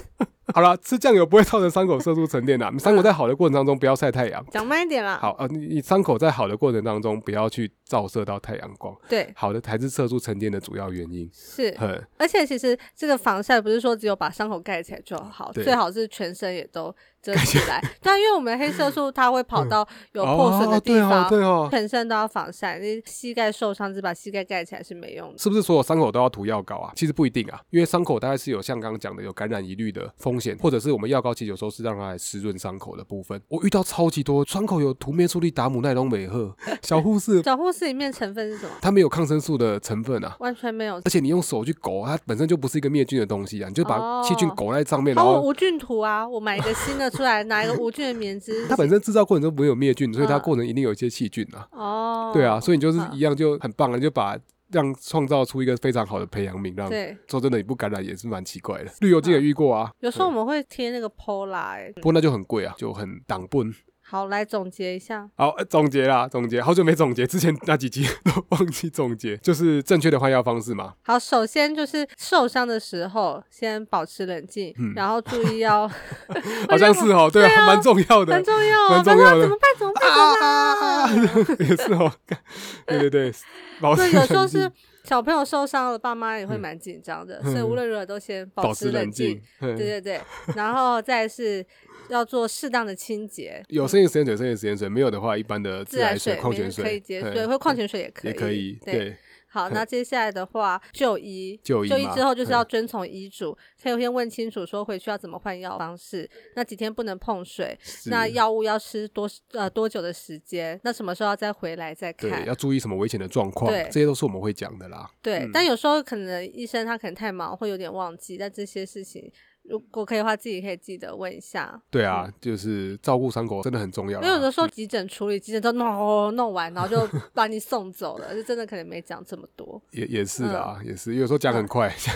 Speaker 2: 好了，吃酱油不会造成伤口色素沉淀啦。伤口在好的过程当中不要晒太阳。
Speaker 1: 讲慢一点啦。
Speaker 2: 好，，呃，你你伤口在好的过程当中不要去照射到太阳光，
Speaker 1: 对，
Speaker 2: 好的才是色素沉淀的主要原因。
Speaker 1: 是，
Speaker 2: 很
Speaker 1: 而且其实这个防晒不是说只有把伤口盖起来就好，
Speaker 2: 对
Speaker 1: 最好是全身也都遮起来。但因为我们黑色素它会跑到有破损的
Speaker 2: 嗯哦，
Speaker 1: 地
Speaker 2: 对
Speaker 1: 方，
Speaker 2: 哦，对哦。
Speaker 1: 全身都要防晒。你膝盖受伤，只把膝盖盖起来是没用的。
Speaker 2: 是不是所有伤口都要涂药膏啊？其实不一定啊，因为伤口大概是有像刚刚讲的有感染疑虑的风险，或者是我们药膏其实有时候是让它来湿润伤口的部分。我遇到超级多伤口有涂面素利达姆奈龙美赫 [LAUGHS] 小护士，
Speaker 1: 小护士里面成分是什么？
Speaker 2: 它没有抗生素的成分啊。
Speaker 1: 完全没有
Speaker 2: 而。且你用手去勾，它本身就不是一个灭菌的东西啊，你就把细菌
Speaker 1: 哦
Speaker 2: 勾在上面，然
Speaker 1: 好，我
Speaker 2: 后
Speaker 1: 无菌涂啊，我买一个新的出来，拿一个无菌的棉织。
Speaker 2: [LAUGHS] 它本身制造过程中没有灭菌，所以它
Speaker 1: 嗯
Speaker 2: 过程一定有一些细菌啊。
Speaker 1: 哦，
Speaker 2: 对啊，所以你就是
Speaker 1: 嗯
Speaker 2: 一样就很棒啊，你就把让创造出一个非常好的培养皿，让
Speaker 1: 对，嗯
Speaker 2: 说真的你不感染也是蛮奇怪的。绿油精也遇过啊，
Speaker 1: 有时候我们会贴那个 Pola，哎、
Speaker 2: 不过那就很贵啊，就很挡笨。
Speaker 1: 好，来总结一下，
Speaker 2: 好，呃总结啦，总结，好久没总结，之前那几集 [LAUGHS] 都忘记总结，就是正确的换药方式嘛。
Speaker 1: 好，首先就是受伤的时候先保持冷静，
Speaker 2: 嗯
Speaker 1: 然后注意 [LAUGHS] 要
Speaker 2: 好像是哦，对
Speaker 1: 对啊
Speaker 2: 啊，蛮重要的啊
Speaker 1: 很，重啊要 [LAUGHS] 啊，反
Speaker 2: 蛮重
Speaker 1: 正
Speaker 2: 要的
Speaker 1: 怎么办？怎么办？怎么办？
Speaker 2: 也是哦，干对对对，保持
Speaker 1: 对，有时 [LAUGHS] 候
Speaker 2: 冷静
Speaker 1: 是小朋友受伤了，爸妈也会蛮紧张的，所以无论如何都先嗯保
Speaker 2: 保
Speaker 1: 持
Speaker 2: 持
Speaker 1: 冷
Speaker 2: 冷
Speaker 1: 静
Speaker 2: 静。，嗯
Speaker 1: 对对对，然后再是要做适当的清洁，
Speaker 2: 有生理食盐水，生理食盐水没有的话，一般的
Speaker 1: 自
Speaker 2: 自
Speaker 1: 来
Speaker 2: 来水、矿泉
Speaker 1: 可以
Speaker 2: 水
Speaker 1: 接，
Speaker 2: 嗯
Speaker 1: 对，或矿泉水也可以，
Speaker 2: 也可以，
Speaker 1: 对。
Speaker 2: 对，
Speaker 1: 好，
Speaker 2: 嘿
Speaker 1: 那接下来的话，就医，
Speaker 2: 就医嘛
Speaker 1: 之后就是
Speaker 2: 嘿
Speaker 1: 要遵从医嘱，先先问清楚说回去要怎么换药方式，那几天不能碰水，
Speaker 2: 是
Speaker 1: 那药物要吃多呃多久的时间，那什么时候要再回来再看
Speaker 2: 对，，要嗯注意什么危险的状况，
Speaker 1: 对
Speaker 2: 这些都是我们会讲的啦。
Speaker 1: 对，但有时候可能医生他可能太忙，会有点忘记，但这些事情如果可以的话，自己可以记得问一下。
Speaker 2: 对啊，就是照顾伤口真的很重要
Speaker 1: 因嗯
Speaker 2: 啦。
Speaker 1: 为有的时候急诊处理，急诊都弄弄完，然后就把你送走了，就真的可能没讲这么多。
Speaker 2: 也也是啦，
Speaker 1: 嗯
Speaker 2: 也是有时候讲很快， [LAUGHS] 像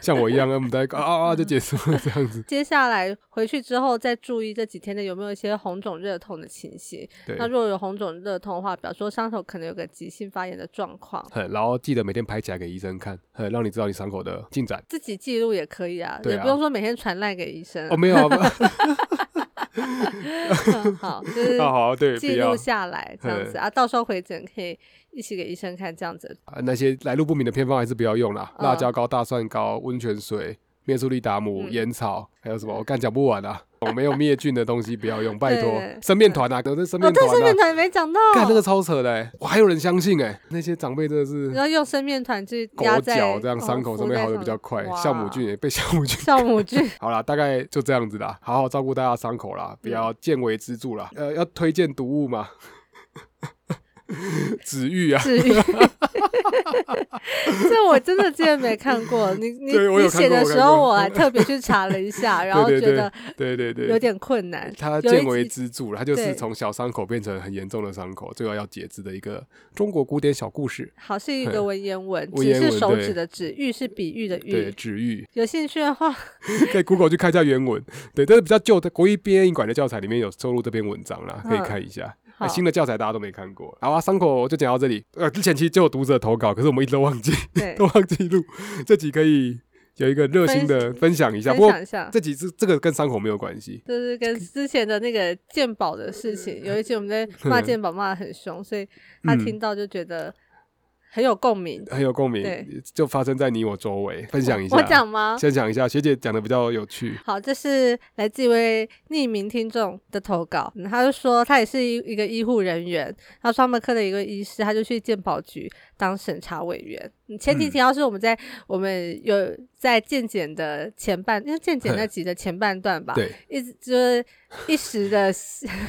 Speaker 2: 像我一样，我们在啊
Speaker 1: 嗯
Speaker 2: 啊啊就结束了这样子。
Speaker 1: 接下来回去之后，再注意这几天的有没有一些红肿热痛的情形。
Speaker 2: 对，
Speaker 1: 那如果有红肿热痛的话，比方说伤口可能有个急性发炎的状况，
Speaker 2: 嘿然后记得每天拍起来给医生看，嘿让你知道你伤口的进展。
Speaker 1: 自己记录也可以啊，
Speaker 2: 对
Speaker 1: 也
Speaker 2: 啊
Speaker 1: 不用说每天传赖给医生
Speaker 2: 哦，
Speaker 1: 啊、
Speaker 2: 没
Speaker 1: [LAUGHS]
Speaker 2: 有啊，
Speaker 1: 好，就是
Speaker 2: 啊好，对，不
Speaker 1: 记
Speaker 2: 要嗯
Speaker 1: 录下来这样子啊，到时候回诊可以一起给医生看这样子。
Speaker 2: 啊那些来路不明的偏方还是不要用啦，
Speaker 1: 嗯
Speaker 2: 辣椒膏、大蒜膏、温泉水、灭素利达姆、
Speaker 1: 嗯
Speaker 2: 烟草，还有什么？我干讲不完啊，我没有灭菌的东西不要用，拜托
Speaker 1: 对。
Speaker 2: 生面团啊，可是生
Speaker 1: 哦，
Speaker 2: 面
Speaker 1: 对，生面
Speaker 2: 团啊。
Speaker 1: 团哦也没讲到，
Speaker 2: 干那个超扯的、欸，我还有人相信哎、那些长辈真的是
Speaker 1: 然后用生面团去
Speaker 2: 狗
Speaker 1: 压在哦
Speaker 2: 脚这样，伤口上面好的比较快。酵母菌，也被酵母菌
Speaker 1: 敷在上面哇酵母菌
Speaker 2: 好啦，大概就这样子啦，好好照顾大家的伤口啦，不
Speaker 1: 嗯
Speaker 2: 要见微知著啦。呃，要推荐读物嘛， [LAUGHS] 紫玉啊，
Speaker 1: 治愈。 [LAUGHS] 这我真的之前没看过，你你
Speaker 2: 对我有
Speaker 1: 你写
Speaker 2: 看过
Speaker 1: 的
Speaker 2: 我看
Speaker 1: 时候，
Speaker 2: 过 [LAUGHS]
Speaker 1: 我还特别去查了一下，然后
Speaker 2: 对
Speaker 1: 觉
Speaker 2: 对
Speaker 1: 得
Speaker 2: 对对对，
Speaker 1: 有点困难。
Speaker 2: 它
Speaker 1: 有一
Speaker 2: 见微
Speaker 1: 集
Speaker 2: 知著了，它就是
Speaker 1: 对
Speaker 2: 从小伤口变成很严重的伤口，最后要截肢的一个中国古典小故事。
Speaker 1: 好是一个
Speaker 2: 嗯
Speaker 1: 文言文，
Speaker 2: 文
Speaker 1: 指
Speaker 2: 言
Speaker 1: 是
Speaker 2: 文
Speaker 1: 手
Speaker 2: 对
Speaker 1: 指的指，喻是比喻的
Speaker 2: 对，
Speaker 1: 喻。
Speaker 2: 紫玉
Speaker 1: 有兴趣的话，
Speaker 2: 可以 Google 去看一下原文，对，这是比较旧的国立编译馆的教材里面有收录这篇文章啦，可以
Speaker 1: 嗯
Speaker 2: 看一下。
Speaker 1: 好
Speaker 2: 哎，新的教材大家都没看过。好啊，伤口就讲到这里。呃，之前其实就有读者投稿，可是我们一直都忘记。 [LAUGHS]
Speaker 1: 对
Speaker 2: 都，忘记录， [LAUGHS] 这集可以有一个热心的分享一下。
Speaker 1: 分
Speaker 2: 不过
Speaker 1: 享一下。
Speaker 2: 这集是这个跟伤口没有关系，
Speaker 1: 就是跟之前的那个鉴宝的事情，有一集我们
Speaker 2: [LAUGHS]
Speaker 1: 在骂鉴宝骂的很凶，所以他听到就觉得很有共鸣。
Speaker 2: 很有嗯 [LAUGHS] 共
Speaker 1: 对
Speaker 2: 鸣，就发生在你我周围，分享一下。
Speaker 1: 我讲吗？
Speaker 2: 先讲一下，学姐讲的比较有趣。
Speaker 1: 好，这是来自一位匿名听众的投稿，嗯他就说他也是一一个医护人员，他说他们科的一个医师，他就去健保局当审查委员。嗯前提
Speaker 2: 嗯
Speaker 1: 提到是我们在、我们有在健检的前半，因为健检那集的前半段吧，
Speaker 2: 对，
Speaker 1: 一直就是一时的 [LAUGHS]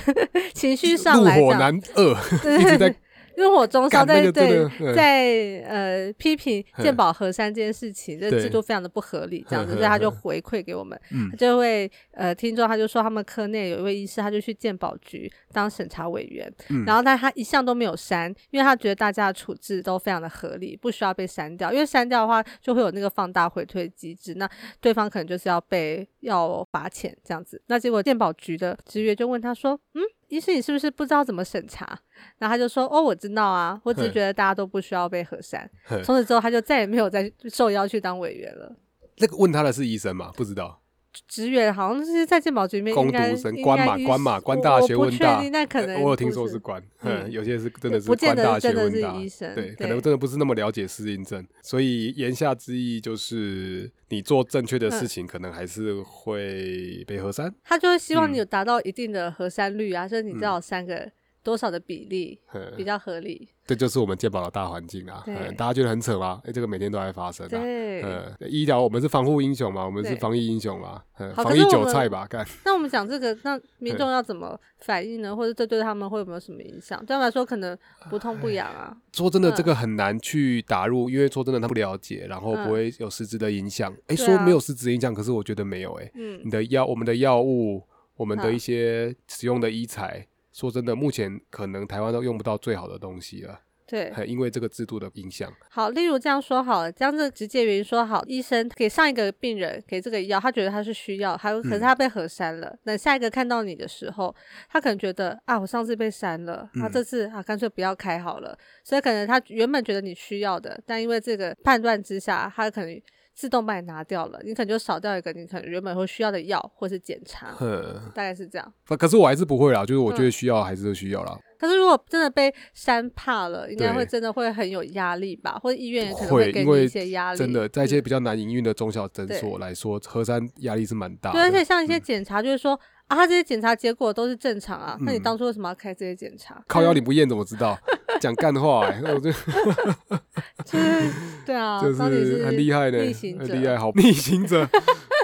Speaker 1: 情绪上
Speaker 2: 怒
Speaker 1: 来，
Speaker 2: 火
Speaker 1: 讲。 [LAUGHS]
Speaker 2: 难遏，一直在
Speaker 1: 怒火中烧，
Speaker 2: 干
Speaker 1: 在
Speaker 2: 那个
Speaker 1: 对
Speaker 2: 真的，嗯
Speaker 1: 在呃批评鉴宝河山这件事情，这
Speaker 2: 对
Speaker 1: 制度非常的不合理，这样子，
Speaker 2: 呵呵
Speaker 1: 所以他就回馈给我们
Speaker 2: 嗯。
Speaker 1: 这位呃听众他就说，他们科内有一位医师，他就去鉴宝局当审查委员，
Speaker 2: 嗯
Speaker 1: 然后但他一向都没有删，因为他觉得大家的处置都非常的合理，不需要被删掉，因为删掉的话就会有那个放大回退机制，那对方可能就是要被要罚钱这样子。那结果鉴宝局的职员就问他说：“嗯，医生，你是不是不知道怎么审查？”然后他就说：“哦，我知道啊，我只是
Speaker 2: 嘿
Speaker 1: 觉得大家都不需要被核删。”
Speaker 2: 嘿
Speaker 1: 从此之后，他就再也没有再受邀去当委员了。
Speaker 2: 那个问他的是医生嘛？不知道，
Speaker 1: 职员好像是在鉴宝局里面
Speaker 2: 攻
Speaker 1: 应该
Speaker 2: 读生
Speaker 1: 应
Speaker 2: 官
Speaker 1: 该
Speaker 2: 嘛
Speaker 1: 医
Speaker 2: 官
Speaker 1: 师
Speaker 2: 嘛官
Speaker 1: 我
Speaker 2: 大学
Speaker 1: 我不
Speaker 2: 问
Speaker 1: 确
Speaker 2: 大
Speaker 1: 定，那可
Speaker 2: 呃
Speaker 1: 能
Speaker 2: 我有
Speaker 1: 不
Speaker 2: 听说
Speaker 1: 是
Speaker 2: 是官，
Speaker 1: 嗯
Speaker 2: 嗯，有些是真的是
Speaker 1: 不见
Speaker 2: 官
Speaker 1: 得
Speaker 2: 大
Speaker 1: 是
Speaker 2: 学
Speaker 1: 真的
Speaker 2: 问
Speaker 1: 是
Speaker 2: 大，
Speaker 1: 医生
Speaker 2: 对，可
Speaker 1: 对
Speaker 2: 能真的不是那么了解适应症，所以言下之意就是你做正确的
Speaker 1: 嗯
Speaker 2: 事情，可能还是会被核删。
Speaker 1: 他就会希望
Speaker 2: 嗯
Speaker 1: 你有达到一定的核删率啊，就是你至少三个多少的比例比
Speaker 2: 嗯，
Speaker 1: 较合理。
Speaker 2: 这就是我们健保的大环境啊，
Speaker 1: 对
Speaker 2: 嗯大家觉得很扯吗？哎，这个每天都在发生啊。
Speaker 1: 对，
Speaker 2: 嗯，医疗我们是防护英雄嘛，我们是
Speaker 1: 对
Speaker 2: 防疫英雄嘛，嗯，
Speaker 1: 好
Speaker 2: 防
Speaker 1: 可
Speaker 2: 疫
Speaker 1: 是我
Speaker 2: 韭
Speaker 1: 们
Speaker 2: 菜吧，干，
Speaker 1: 那我们讲这个，那民众要怎么反应呢？或者这对他们会有没有什么影响？对他们来说，可能不痛不痒啊。
Speaker 2: 说真的，
Speaker 1: 嗯
Speaker 2: 这个很难去打入，因为说真的，他不了解，然后
Speaker 1: 嗯
Speaker 2: 不会有实质的影响。哎、
Speaker 1: 对啊
Speaker 2: 说没有实质影响，可是我觉得没有、诶哎，
Speaker 1: 嗯
Speaker 2: 你，的药，我们的药物，我们的
Speaker 1: 嗯
Speaker 2: 一些使用的医材，说真的，目前可能台湾都用不到最好的东西了，
Speaker 1: 对。
Speaker 2: 还因为这个制度的影响。
Speaker 1: 好，例如这样说好了，这样子直接原因说好，医生给上一个病人给这个药，他觉得他是需要，还有可是他被核删了。那、下一个看到你的时候，他可能觉得啊，我上次被删了，那、啊、
Speaker 2: 嗯
Speaker 1: 这次啊干脆不要开好了。所以可能他原本觉得你需要的，但因为这个判断之下，他可能自动把你拿掉了，你可能就少掉一个你可能原本会需要的药或是检查，
Speaker 2: 哼，
Speaker 1: 大概是这样。
Speaker 2: 可是我还是不会啦，就是我
Speaker 1: 嗯
Speaker 2: 觉得需要还是需要啦，
Speaker 1: 可是如果真的被删怕了，应该
Speaker 2: 对
Speaker 1: 会真的会很有压力吧？或者医院也可能
Speaker 2: 会
Speaker 1: 给
Speaker 2: 因
Speaker 1: 你
Speaker 2: 为
Speaker 1: 一些压力。
Speaker 2: 真的，在一
Speaker 1: 嗯
Speaker 2: 些比较难营运的中小诊
Speaker 1: 对
Speaker 2: 所来说，核酸压力是蛮大的。
Speaker 1: 对，而且像一些
Speaker 2: 嗯
Speaker 1: 检查，就是说、啊，他这些检查结果都是正常啊，那你
Speaker 2: 嗯
Speaker 1: 当初为什么要开这些检查？ [LAUGHS]
Speaker 2: 靠腰你不验怎么知道？讲干话、欸， [LAUGHS] 我就
Speaker 1: 就是对啊，
Speaker 2: [LAUGHS] 就
Speaker 1: 到底
Speaker 2: 是很厉害呢、
Speaker 1: 逆行
Speaker 2: 很
Speaker 1: 者
Speaker 2: 厉害，好逆
Speaker 1: [LAUGHS]
Speaker 2: 行者，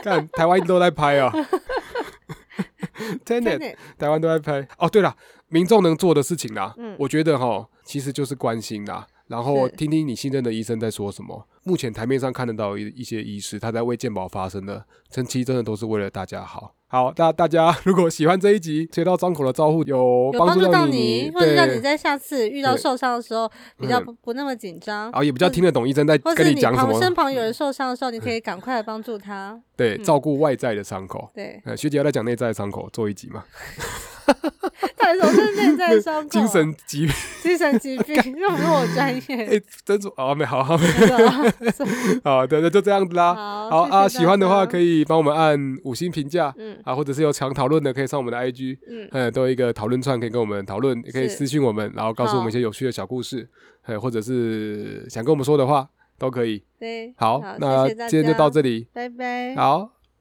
Speaker 2: 看台湾都在拍啊
Speaker 1: 真
Speaker 2: ，Tenet，
Speaker 1: 的
Speaker 2: 台湾都在拍。哦，对了，民众能做的事情啦，
Speaker 1: 嗯
Speaker 2: 我觉得哈，其实就是关心啦，然后
Speaker 1: 是
Speaker 2: 听听你信任的医生在说什么。目前台面上看得到一一些医师，他在为健保发声的，真其实真的都是为了大家好。好，大大家 [LAUGHS] 如果喜欢这一集，切到张口的招呼有
Speaker 1: 有帮
Speaker 2: 助
Speaker 1: 助到
Speaker 2: 你，
Speaker 1: 或者
Speaker 2: 对
Speaker 1: 让你在下次遇到
Speaker 2: 对
Speaker 1: 受伤的时候比较
Speaker 2: 嗯
Speaker 1: 不不那么紧张
Speaker 2: 然，后也比较听得懂医生在
Speaker 1: 嗯或
Speaker 2: 跟
Speaker 1: 是
Speaker 2: 讲什
Speaker 1: 旁
Speaker 2: 么嗯
Speaker 1: 身。嗯旁有人受伤的时候，你可以赶快来帮助他。
Speaker 2: 对，照顾外在的伤口。 [LAUGHS]
Speaker 1: 对，
Speaker 2: 呃，学姐要再讲内在的伤口，做
Speaker 1: [LAUGHS]
Speaker 2: 一集嘛，
Speaker 1: 到底什么是内 [LAUGHS] 在伤口？
Speaker 2: 精神疾病，
Speaker 1: 精神疾病，
Speaker 2: [LAUGHS]
Speaker 1: 又不是我专
Speaker 2: 哎、
Speaker 1: 业。
Speaker 2: [LAUGHS] 真是哦，没好好没
Speaker 1: 真的 [LAUGHS]
Speaker 2: 好，对，那就这样子啦。
Speaker 1: 好
Speaker 2: 好
Speaker 1: 谢谢
Speaker 2: 啊，
Speaker 1: 大
Speaker 2: 喜欢的话
Speaker 1: 家
Speaker 2: 可以帮我们按五星评价，
Speaker 1: 嗯
Speaker 2: 啊，或者是有想讨论的，可以上我们的 IG，
Speaker 1: 嗯，
Speaker 2: 呃，都有一个讨论串可以跟我们讨论，也可以
Speaker 1: 是
Speaker 2: 私信我们，然后告诉我们
Speaker 1: 好
Speaker 2: 一些有趣的小故事，呃，或者是想跟我们说的话都可以。
Speaker 1: 对，
Speaker 2: 好，
Speaker 1: 好
Speaker 2: 那
Speaker 1: 谢谢大
Speaker 2: 今天就到
Speaker 1: 家
Speaker 2: 这里，
Speaker 1: 拜拜。
Speaker 2: 好，